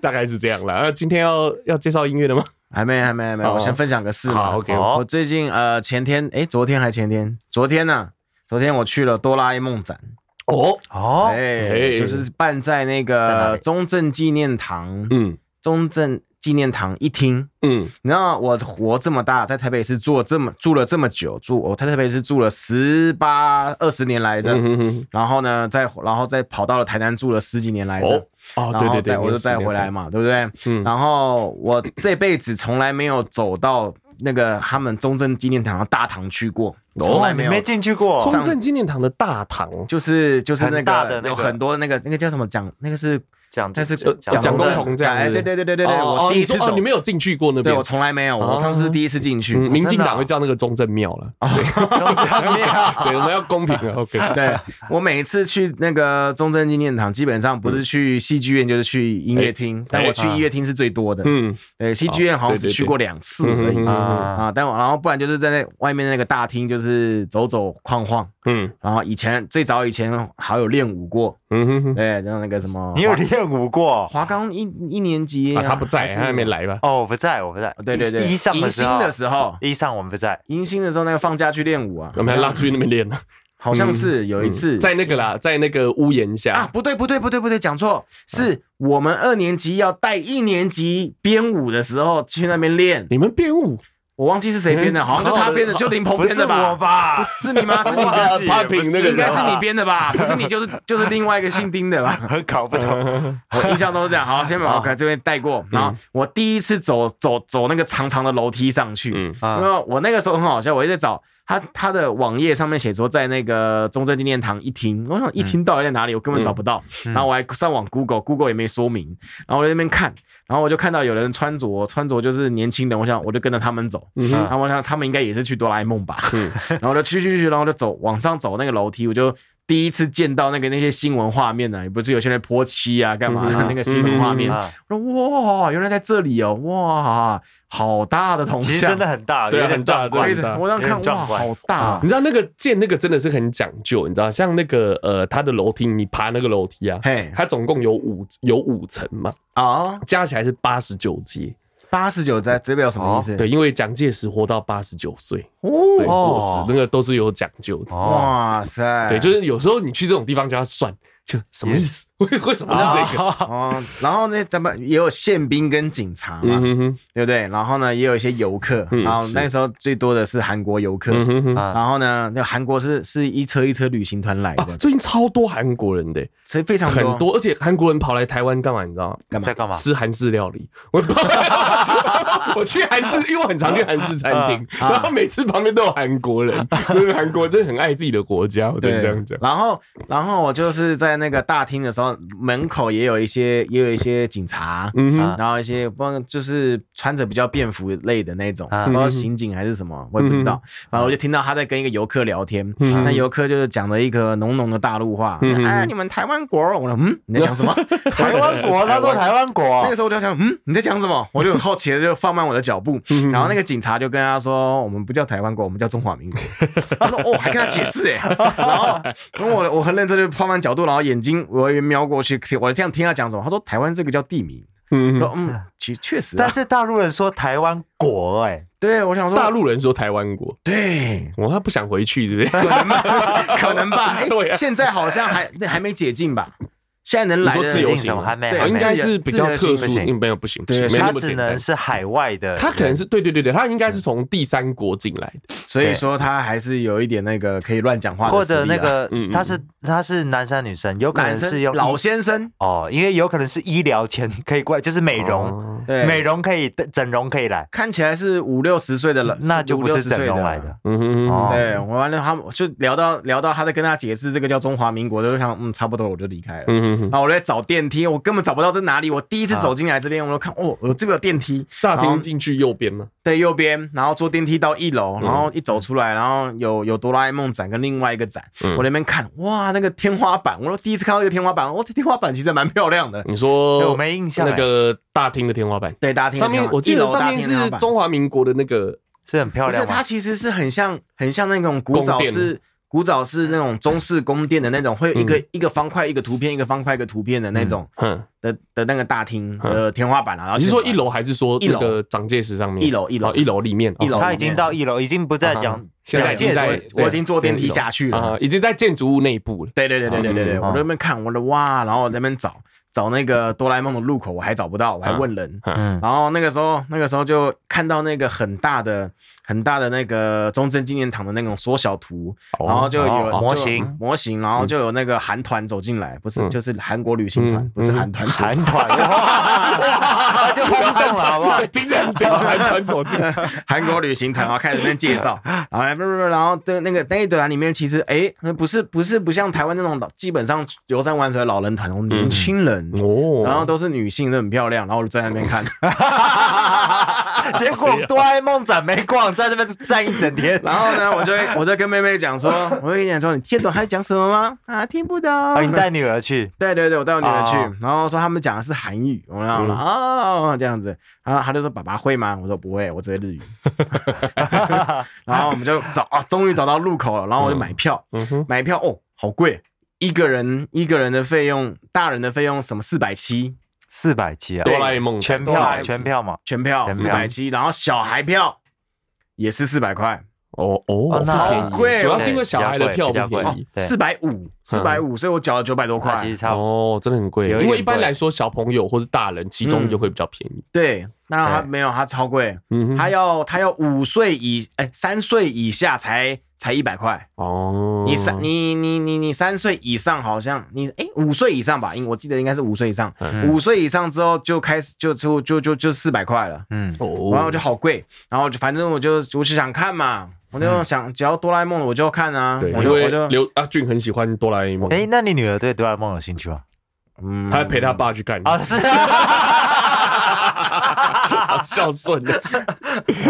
[SPEAKER 1] 大概是这样了。那、今天要要介绍音乐的吗？
[SPEAKER 2] 还没，还没，还没，
[SPEAKER 1] 哦
[SPEAKER 2] 我先分享个事嘛。
[SPEAKER 1] 好，OK
[SPEAKER 2] 我最近呃前天，诶，昨天还前天，昨天呢、啊昨天我去了哆啦 A 梦展，
[SPEAKER 1] 哦，
[SPEAKER 3] 哦，
[SPEAKER 2] 哎、
[SPEAKER 1] 哎
[SPEAKER 2] 就是办在那
[SPEAKER 3] 在哪
[SPEAKER 2] 个
[SPEAKER 3] 里
[SPEAKER 2] 中正纪念堂，
[SPEAKER 1] 嗯，
[SPEAKER 2] 中正纪念堂一听，
[SPEAKER 1] 嗯，
[SPEAKER 2] 你知道我活这么大，在台北市住了这么住了这么久，住我在台北市住了十八二十年来着，
[SPEAKER 1] 嗯哼哼
[SPEAKER 2] 然后呢，再然后再跑到了台南住了十几年来着，
[SPEAKER 1] 哦哦，对
[SPEAKER 2] 然后
[SPEAKER 1] 对对，
[SPEAKER 2] 再我就
[SPEAKER 1] 十
[SPEAKER 2] 再
[SPEAKER 1] 年
[SPEAKER 2] 回来
[SPEAKER 1] 了，
[SPEAKER 2] 嘛，对不对？
[SPEAKER 1] 嗯，
[SPEAKER 2] 然后我这辈子从来没有走到那个他们中正纪念堂的大堂去过，
[SPEAKER 1] 哦
[SPEAKER 2] 从来
[SPEAKER 3] 哦你
[SPEAKER 2] 没有
[SPEAKER 3] 没进去过，
[SPEAKER 1] 中正纪念堂的大堂，
[SPEAKER 2] 就是就是那
[SPEAKER 3] 很大
[SPEAKER 2] 个
[SPEAKER 3] 的那个
[SPEAKER 2] 有很多那个那个叫什么奖，那个是
[SPEAKER 3] 讲
[SPEAKER 2] 那是
[SPEAKER 3] 讲
[SPEAKER 1] 蒋
[SPEAKER 2] 公
[SPEAKER 1] 公
[SPEAKER 2] 的
[SPEAKER 1] 铜这样
[SPEAKER 2] 哎
[SPEAKER 1] 子
[SPEAKER 2] 对对对对对对，
[SPEAKER 1] 哦
[SPEAKER 2] 我
[SPEAKER 1] 哦
[SPEAKER 2] 第一
[SPEAKER 1] 你
[SPEAKER 2] 次
[SPEAKER 1] 说哦
[SPEAKER 2] 走
[SPEAKER 1] 你，没有进去过那
[SPEAKER 2] 对
[SPEAKER 1] 边
[SPEAKER 2] 我，从来没有，
[SPEAKER 1] 哦
[SPEAKER 2] 我上次是第一次进去，
[SPEAKER 1] 嗯民进
[SPEAKER 3] 真的
[SPEAKER 1] 党
[SPEAKER 3] 哦
[SPEAKER 1] 会叫那个中正庙了，
[SPEAKER 3] 中正 [LAUGHS] 庙
[SPEAKER 1] [LAUGHS] 对，我们要公平了，OK，
[SPEAKER 2] 哦 [LAUGHS] 对我每一次去那个中正纪念堂，基本上不
[SPEAKER 1] 嗯
[SPEAKER 2] 是去戏剧院就是去音乐厅，但我去音乐厅是最多的。
[SPEAKER 1] 哎啊嗯
[SPEAKER 2] 对，戏剧院好像
[SPEAKER 1] 对
[SPEAKER 2] 只
[SPEAKER 1] 对
[SPEAKER 2] 去
[SPEAKER 1] 对
[SPEAKER 2] 过两次
[SPEAKER 1] 嗯
[SPEAKER 2] 而已
[SPEAKER 1] 嗯
[SPEAKER 3] 啊，
[SPEAKER 2] 啊。但我然后不然就是在那外面那个大厅，就是走走晃晃。
[SPEAKER 1] 嗯
[SPEAKER 2] 然后以前最早以前还有练舞过，
[SPEAKER 1] 嗯哼哼，
[SPEAKER 2] 对，然后那个什么，
[SPEAKER 3] [LAUGHS] 你有练舞过？
[SPEAKER 2] 华冈一一年级
[SPEAKER 1] 啊，他不在，
[SPEAKER 2] 还是
[SPEAKER 1] 他还没来吧？
[SPEAKER 3] 哦，我不在，我不在。
[SPEAKER 2] 对对对，
[SPEAKER 3] 一上
[SPEAKER 2] 迎
[SPEAKER 3] 的时
[SPEAKER 2] 新
[SPEAKER 3] 候，
[SPEAKER 2] 的时候，
[SPEAKER 3] 一上我们不在，
[SPEAKER 2] 迎新的时候那个放假去练舞啊，
[SPEAKER 1] 我们还拉出去那边练呢，
[SPEAKER 2] 好像是有一次
[SPEAKER 1] 嗯在那个啦，在那个屋檐
[SPEAKER 2] 啊，
[SPEAKER 1] 下，
[SPEAKER 2] 不对不对不对不对，讲错，是我们二年级要带一年级编舞的时候去那边练，
[SPEAKER 1] 你们编
[SPEAKER 2] [LAUGHS]
[SPEAKER 1] 舞，
[SPEAKER 2] 我忘记是谁编的，
[SPEAKER 1] 嗯
[SPEAKER 2] 好像是他编的，
[SPEAKER 1] 好
[SPEAKER 2] 就林鹏
[SPEAKER 3] 不
[SPEAKER 2] 编
[SPEAKER 3] 是
[SPEAKER 2] 的
[SPEAKER 3] 哦我
[SPEAKER 2] 吧？
[SPEAKER 3] 吧
[SPEAKER 2] 不？是你吗？是你
[SPEAKER 3] [LAUGHS]
[SPEAKER 2] 编
[SPEAKER 1] 啊
[SPEAKER 3] 的，
[SPEAKER 1] 他评那个
[SPEAKER 2] 应该是你
[SPEAKER 3] 别
[SPEAKER 2] 编的吧？不是你就是就是另外一个姓丁的
[SPEAKER 3] [LAUGHS]
[SPEAKER 2] 吧？
[SPEAKER 3] 搞不懂。
[SPEAKER 2] 我印象中是这样。好，先把 OK 这边带过。然后我第一次走走走那个长长的楼梯上去，
[SPEAKER 1] 嗯
[SPEAKER 2] 因
[SPEAKER 3] 啊
[SPEAKER 2] 为我那个时候很好笑，我一直在找他他的网页上面写说在那个中正纪念堂一厅，我想一厅到底在哪里，我根本找不到。
[SPEAKER 3] 嗯
[SPEAKER 2] 然后我还上网 Google，Google 也没说明。然后我在那边看，然后我就看到有人穿着穿着就是年轻人，我想我就跟着他们走。
[SPEAKER 1] 嗯
[SPEAKER 2] 然
[SPEAKER 1] 哼，
[SPEAKER 2] 后我想他们应该也啊是去哆啦 A 梦吧，
[SPEAKER 1] 嗯
[SPEAKER 2] [LAUGHS] 然后我就去去去，然后我就走往上走那个楼梯，我就第一次见到那个那些新闻画面呢、啊也不是有些人泼漆啊干嘛的、
[SPEAKER 1] 嗯哼
[SPEAKER 2] 那个新闻画面，
[SPEAKER 1] 嗯
[SPEAKER 3] 啊，
[SPEAKER 2] 我说哇，原来在这里哦，哇，好大的铜
[SPEAKER 3] 其实
[SPEAKER 2] 像，
[SPEAKER 3] 真嗯的很大，
[SPEAKER 1] 对啊
[SPEAKER 3] 有点
[SPEAKER 1] 很大
[SPEAKER 3] 壮观
[SPEAKER 1] 很
[SPEAKER 2] 非
[SPEAKER 1] 大
[SPEAKER 2] 常，我让看
[SPEAKER 3] 有点
[SPEAKER 2] 哇，
[SPEAKER 3] 壮观
[SPEAKER 2] 好大、啊
[SPEAKER 1] 你，知道那个建那个真的是很讲究，你知道，像那个呃，它的楼梯，你爬那个楼梯啊，
[SPEAKER 2] 嘿
[SPEAKER 1] 它总共有五有五层嘛，
[SPEAKER 2] 啊，
[SPEAKER 1] 加起来是八十九阶。
[SPEAKER 2] 八十九在这边有什
[SPEAKER 3] 哦
[SPEAKER 2] 么意思？
[SPEAKER 1] 对，因为蒋介石活到八十九岁，对，
[SPEAKER 2] 哦，
[SPEAKER 1] 过
[SPEAKER 3] 哦
[SPEAKER 1] 世那个都是有讲究的。
[SPEAKER 3] 哦，
[SPEAKER 2] 哇塞，
[SPEAKER 1] 对，就是有时候你去这种地方就要算，就什么意
[SPEAKER 2] [LAUGHS]
[SPEAKER 1] 思？为为什么是这个？
[SPEAKER 3] 个
[SPEAKER 2] 哦，然后呢，咱们也有宪兵跟警察嘛
[SPEAKER 1] 嗯，哼哼，
[SPEAKER 2] 对不对？然后呢，也有一些游客，
[SPEAKER 1] 嗯
[SPEAKER 2] 然后
[SPEAKER 1] 是
[SPEAKER 2] 那时候最多的是韩国游客，
[SPEAKER 1] 嗯哼哼。
[SPEAKER 3] 啊，
[SPEAKER 2] 然后呢，那韩国是是一车一车旅行团来
[SPEAKER 1] 啊
[SPEAKER 2] 的，
[SPEAKER 1] 最近超多韩国人的、
[SPEAKER 2] 所以非常
[SPEAKER 1] 很多，而且韩国人跑来台湾干嘛？你知道吗？
[SPEAKER 2] 干嘛
[SPEAKER 3] 在？干嘛？
[SPEAKER 1] 吃韩式料理。 [LAUGHS] 我我去韩 [LAUGHS] 式，因为我很常去韩式餐厅，
[SPEAKER 2] 啊
[SPEAKER 1] 然后每次旁边都有韩国
[SPEAKER 3] 啊
[SPEAKER 1] 人，就是韩国真的很爱自己的国家，我只能这样讲。
[SPEAKER 2] 然后，然后我就是在那个大厅的时候，门口也有一些，也有一些警察，
[SPEAKER 1] 嗯哼
[SPEAKER 3] 啊，
[SPEAKER 2] 然后一些不知道就是穿着比较便服类的那种，
[SPEAKER 3] 啊
[SPEAKER 2] 不知道刑警还是什
[SPEAKER 1] 嗯
[SPEAKER 2] 么，我也不知道。然后我就听到他在跟一个游客聊天，那游客就是讲了一个浓浓的大陆话，
[SPEAKER 1] 嗯嗯
[SPEAKER 2] 哎，你们台湾国，我说嗯，你在
[SPEAKER 1] [LAUGHS]
[SPEAKER 2] 讲什么？
[SPEAKER 3] 台湾国，他说台湾
[SPEAKER 2] 那
[SPEAKER 3] 国
[SPEAKER 2] 个时候我就想，嗯，你在讲什么？我就很好奇的就放慢我的脚步，
[SPEAKER 1] 嗯
[SPEAKER 2] 然
[SPEAKER 3] 嗯
[SPEAKER 2] 后那个警察就跟他说，我们不叫台湾国，我们叫中华
[SPEAKER 3] [LAUGHS]
[SPEAKER 2] 民国。他说哦，还跟他解释哎，然后因为我我很认真的放慢角度，然后眼睛我也瞄过去，我这样听他讲什么，他说台湾这个叫地名，我
[SPEAKER 1] 嗯
[SPEAKER 2] 说
[SPEAKER 1] 哼，
[SPEAKER 2] 嗯，其确实、啊
[SPEAKER 3] 但，是大陆人说台湾国，哎，
[SPEAKER 2] 对我想说
[SPEAKER 1] 大陆人说台湾国，
[SPEAKER 3] [LAUGHS]
[SPEAKER 2] 对。
[SPEAKER 1] 我他不想回去，对不对？
[SPEAKER 2] 可能吧，可能吧。哎、
[SPEAKER 1] 对啊
[SPEAKER 2] 现在好像还那还没解禁吧？现在能来
[SPEAKER 1] 你
[SPEAKER 2] 的
[SPEAKER 1] 说自由
[SPEAKER 3] 进
[SPEAKER 1] 行
[SPEAKER 3] 什么还没
[SPEAKER 2] 对？
[SPEAKER 1] 啊
[SPEAKER 3] 还
[SPEAKER 1] 应
[SPEAKER 3] 没
[SPEAKER 1] 该是比较特
[SPEAKER 3] 自
[SPEAKER 1] 殊
[SPEAKER 3] 由，
[SPEAKER 1] 因
[SPEAKER 3] 行
[SPEAKER 1] 为没有不行，
[SPEAKER 2] 对
[SPEAKER 1] 没那
[SPEAKER 3] 他
[SPEAKER 1] 么
[SPEAKER 3] 只
[SPEAKER 1] 简
[SPEAKER 3] 能
[SPEAKER 1] 单。
[SPEAKER 3] 是海外的人，
[SPEAKER 1] 他可能是对对对对，他应该是从第三国进来的。
[SPEAKER 2] 所以说他还是有一点那个可以乱讲话的
[SPEAKER 3] 或
[SPEAKER 2] 实力啊、
[SPEAKER 3] 者那个
[SPEAKER 1] 嗯嗯嗯
[SPEAKER 3] 他是他是男生还是女生，有可能
[SPEAKER 2] 男
[SPEAKER 3] 是
[SPEAKER 2] 生
[SPEAKER 3] 用
[SPEAKER 2] 老先生，
[SPEAKER 3] 哦，因为有可能是医疗钱可以过来，就是美容，
[SPEAKER 1] 哦
[SPEAKER 2] 对，
[SPEAKER 3] 美容可以整容可以来，
[SPEAKER 2] 看起来是五六十岁的了，
[SPEAKER 3] 那就不是
[SPEAKER 2] 50-60岁
[SPEAKER 3] 整容
[SPEAKER 2] 的啊
[SPEAKER 3] 来的。
[SPEAKER 1] 嗯哼
[SPEAKER 3] 哦
[SPEAKER 1] 哼，
[SPEAKER 2] 对，我完了，他们就聊到聊到他在跟他解释这个叫中华民国，就想嗯，差不多了我就离开了。
[SPEAKER 1] 嗯哼哼
[SPEAKER 2] 然，后我在找电梯，我根本找不到这哪里。我第一次走进来这边，我就看哦，
[SPEAKER 1] 嗯
[SPEAKER 2] 有这个有电梯，
[SPEAKER 1] 大
[SPEAKER 2] 然后
[SPEAKER 1] 厅进去右边吗？
[SPEAKER 2] 对，右边，然后坐电梯到一
[SPEAKER 1] 嗯
[SPEAKER 2] 楼，然后一走出来，然后有有哆啦 A 梦展跟另外一个展，
[SPEAKER 1] 嗯
[SPEAKER 2] 我在那边看，哇，那个天花板，我都第一次看到这个天花板，哇，哦这天花板其实还蛮漂亮的。
[SPEAKER 1] 你
[SPEAKER 3] 对我
[SPEAKER 1] 说
[SPEAKER 3] 没印象，
[SPEAKER 1] 哦那
[SPEAKER 3] 哎
[SPEAKER 1] 个大厅的天花板，
[SPEAKER 2] 对，大家听
[SPEAKER 1] 上面我记得上面是中华民国的那个，
[SPEAKER 3] 是很漂
[SPEAKER 2] 不是
[SPEAKER 3] 亮
[SPEAKER 2] 它
[SPEAKER 3] 吗？
[SPEAKER 2] 其实是很像很像那种古早
[SPEAKER 1] 宫殿
[SPEAKER 2] 是古早是那种中式宫殿的那种，会有一个、一个方块一个图片一个方块一个图片的那种
[SPEAKER 1] 嗯，
[SPEAKER 2] 的、的那个大厅啊的天花板啊。然后
[SPEAKER 1] 你是说
[SPEAKER 2] 现
[SPEAKER 1] 一
[SPEAKER 2] 在
[SPEAKER 1] 楼还是说
[SPEAKER 2] 一
[SPEAKER 1] 那
[SPEAKER 2] 楼
[SPEAKER 1] 个蒋介石上面？
[SPEAKER 2] 一楼一楼
[SPEAKER 1] 哦一楼里面，哦
[SPEAKER 2] 一楼
[SPEAKER 3] 他已经到一楼，已经不再
[SPEAKER 1] 啊
[SPEAKER 3] 讲
[SPEAKER 1] 哈现在
[SPEAKER 3] 蒋介
[SPEAKER 1] 已
[SPEAKER 3] 石
[SPEAKER 1] 经，在
[SPEAKER 2] 我已经坐电梯
[SPEAKER 1] 对啊
[SPEAKER 2] 下去了
[SPEAKER 1] 啊，已经在建筑物内部了。
[SPEAKER 2] 对对对对对对对，
[SPEAKER 3] 嗯
[SPEAKER 2] 我在那边看，我的哇，然后我在那边找找那个哆啦 A 梦的入口，我还找不到，我还问人。
[SPEAKER 3] 嗯
[SPEAKER 2] 然后那个时候，那个时候就看到那个很大的、很大的那个中正纪念堂的那种缩小图，
[SPEAKER 1] 哦
[SPEAKER 2] 然后就有
[SPEAKER 3] 哦
[SPEAKER 2] 就
[SPEAKER 3] 模
[SPEAKER 2] [LAUGHS]
[SPEAKER 3] 型
[SPEAKER 2] 模型，然后就有那个韩团走进来，不是
[SPEAKER 1] 嗯
[SPEAKER 2] 就是韩国旅行团
[SPEAKER 1] 嗯，
[SPEAKER 2] 不是韩团， [LAUGHS]
[SPEAKER 3] 韩团，哇， [LAUGHS] 就轰动了，
[SPEAKER 1] [LAUGHS]
[SPEAKER 3] 好不好？
[SPEAKER 1] 听起来很屌，还穿走进来，
[SPEAKER 2] 韩国旅行团，然后开始在那边介
[SPEAKER 1] [LAUGHS]
[SPEAKER 2] 绍，然后不不不，然后对那个那一团里面，其实哎，那不是不是不像台湾那种老，基本上游山玩水的老人团，我们年轻人，
[SPEAKER 1] 哦
[SPEAKER 2] 然后都是女性，都很漂亮，然后我就站在
[SPEAKER 1] [LAUGHS]
[SPEAKER 2] 那边看， [LAUGHS]
[SPEAKER 3] 结果
[SPEAKER 1] 啊
[SPEAKER 3] 哆啦 A 梦展没逛，在那边站一整
[SPEAKER 2] [LAUGHS]
[SPEAKER 3] 天。
[SPEAKER 2] 然后呢，我就会我就跟妹妹讲说， [LAUGHS] 我就跟你讲说，你听懂他在讲什么吗？啊，听不懂。
[SPEAKER 3] 哦，你带女儿去，
[SPEAKER 2] 对对对，我带我女儿去，
[SPEAKER 3] 哦
[SPEAKER 2] 然后说他们讲的是韩语，我然后
[SPEAKER 1] 嗯
[SPEAKER 2] 啊这样子，然后他就说爸爸会吗？我说不会，我只会
[SPEAKER 3] [LAUGHS]
[SPEAKER 2] 日语。然后我们就找啊，终于找到入口了，然后我就买票，
[SPEAKER 1] 嗯哼，
[SPEAKER 2] 买票哦，好贵，一个人一个人的费用，大人的费用什么四百七
[SPEAKER 3] 四百七啊，
[SPEAKER 1] 哆啦 A 梦
[SPEAKER 3] 全
[SPEAKER 2] 哆啦 A
[SPEAKER 3] 票
[SPEAKER 2] 梦
[SPEAKER 3] 全票嘛，
[SPEAKER 2] 全票
[SPEAKER 3] 全
[SPEAKER 2] 四
[SPEAKER 3] 票
[SPEAKER 2] 百七，然后小孩票也是四百块，
[SPEAKER 1] 哦哦
[SPEAKER 3] 哦，那
[SPEAKER 1] 便宜
[SPEAKER 2] 好贵哦
[SPEAKER 1] 主要是因为小孩的票
[SPEAKER 3] 比较
[SPEAKER 1] 不
[SPEAKER 3] 贵
[SPEAKER 1] 便
[SPEAKER 2] 哦
[SPEAKER 1] 宜
[SPEAKER 3] 对嗯
[SPEAKER 2] 四百五四百五，所以我缴了九百多
[SPEAKER 3] 那
[SPEAKER 2] 块
[SPEAKER 3] 其实。差不多。
[SPEAKER 1] 哦，真的很贵，
[SPEAKER 3] 有一
[SPEAKER 1] 因
[SPEAKER 3] 点
[SPEAKER 1] 为一般
[SPEAKER 3] 贵
[SPEAKER 1] 来说小朋友或是大人其中就会比较便宜，
[SPEAKER 2] 对，那他
[SPEAKER 3] 对
[SPEAKER 2] 没有，他超贵，
[SPEAKER 1] 嗯哼，
[SPEAKER 2] 他要他要五岁以哎三岁以下才才一百块。
[SPEAKER 1] 哦，
[SPEAKER 2] 你三你你你你三岁以上好像你哎五岁以上吧，应我记得应该是五岁以上，
[SPEAKER 3] 嗯
[SPEAKER 2] 五岁以上之后就开始就就就就就四百块了，
[SPEAKER 3] 嗯，
[SPEAKER 1] 哦，
[SPEAKER 2] 然后我就好贵，然后我就反正我就我就想看嘛，我就想只要哆啦 A 梦的我就要看啊，
[SPEAKER 1] 嗯对，
[SPEAKER 2] 我
[SPEAKER 1] 因
[SPEAKER 2] 就我
[SPEAKER 1] 为
[SPEAKER 2] 就
[SPEAKER 1] 刘阿俊很喜欢哆啦 A 梦，
[SPEAKER 3] 哎，那你女儿对哆啦 A 梦有兴趣吗？
[SPEAKER 2] 嗯
[SPEAKER 1] 他还陪他爸去看，
[SPEAKER 3] 啊，是啊，
[SPEAKER 1] 好孝顺啊的，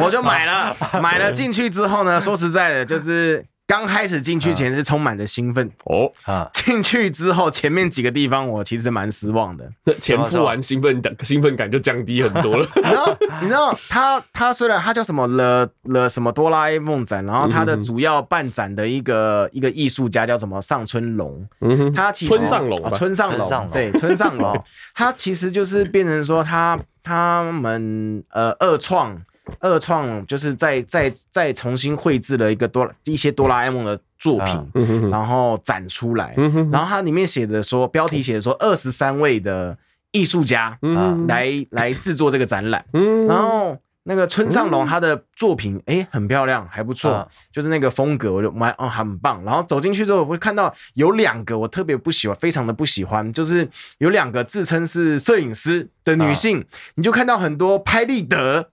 [SPEAKER 2] 我就
[SPEAKER 1] [LAUGHS]
[SPEAKER 2] 买了，买了进去之后呢，说实在的，就是刚开始进去前是充满着兴奋，
[SPEAKER 1] 哦，
[SPEAKER 3] 啊，
[SPEAKER 2] 进去之后前面几个地方我其实蛮失望的。
[SPEAKER 1] 那钱付完兴奋
[SPEAKER 2] [LAUGHS]
[SPEAKER 1] 感兴奋感就降低很多了，
[SPEAKER 2] 然后你知道他他虽然他叫什么了了什么哆啦 A 梦展，然后他的
[SPEAKER 1] 嗯嗯嗯
[SPEAKER 2] 主要办展的一个一个艺术家叫什么上村龙，
[SPEAKER 1] 嗯哼，
[SPEAKER 2] 他其实
[SPEAKER 1] 村上龙
[SPEAKER 2] 啊
[SPEAKER 1] 吧，
[SPEAKER 2] 村上
[SPEAKER 3] 村
[SPEAKER 2] 龙
[SPEAKER 3] 上龙
[SPEAKER 2] 对村上龙
[SPEAKER 3] 哦，
[SPEAKER 2] 他其实就是变成说他他们呃二创二创就是再再再重新绘制了一个哆啦一些哆啦 A 梦的作品
[SPEAKER 3] 嗯，
[SPEAKER 1] 嗯哼哼，
[SPEAKER 2] 然后展出来，
[SPEAKER 1] 嗯哼哼，
[SPEAKER 2] 然后它里面写的说标题写的说二十三位的艺术家
[SPEAKER 1] 嗯哼，
[SPEAKER 2] 啊来来制作这个展览，
[SPEAKER 1] 嗯，
[SPEAKER 2] 然后。那个村上龙他的作品，哎、很漂亮，还不错，
[SPEAKER 1] 啊
[SPEAKER 3] 嗯
[SPEAKER 2] 就是那个风格，我就蛮哦很棒。然后走进去之后，我会看到有两个我特别不喜欢，非常的不喜欢，就是有两个自称是摄影师的女性，你就看到很多拍立得，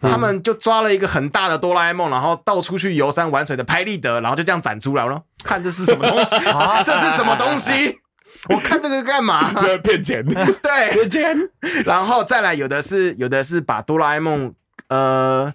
[SPEAKER 1] 啊嗯
[SPEAKER 2] 他们就抓了一个很大的哆啦 A 梦，然后到处去游山玩水的拍立得，然后就这样展出来了，看这是什么东
[SPEAKER 1] [LAUGHS]
[SPEAKER 2] 西，
[SPEAKER 3] 啊
[SPEAKER 2] 这是什么东西？我看这个
[SPEAKER 1] [LAUGHS]
[SPEAKER 2] 干嘛？
[SPEAKER 1] 这个骗钱，
[SPEAKER 2] 对，
[SPEAKER 1] 骗钱，
[SPEAKER 2] 然后再来，有的是有的是把哆啦 A 梦呃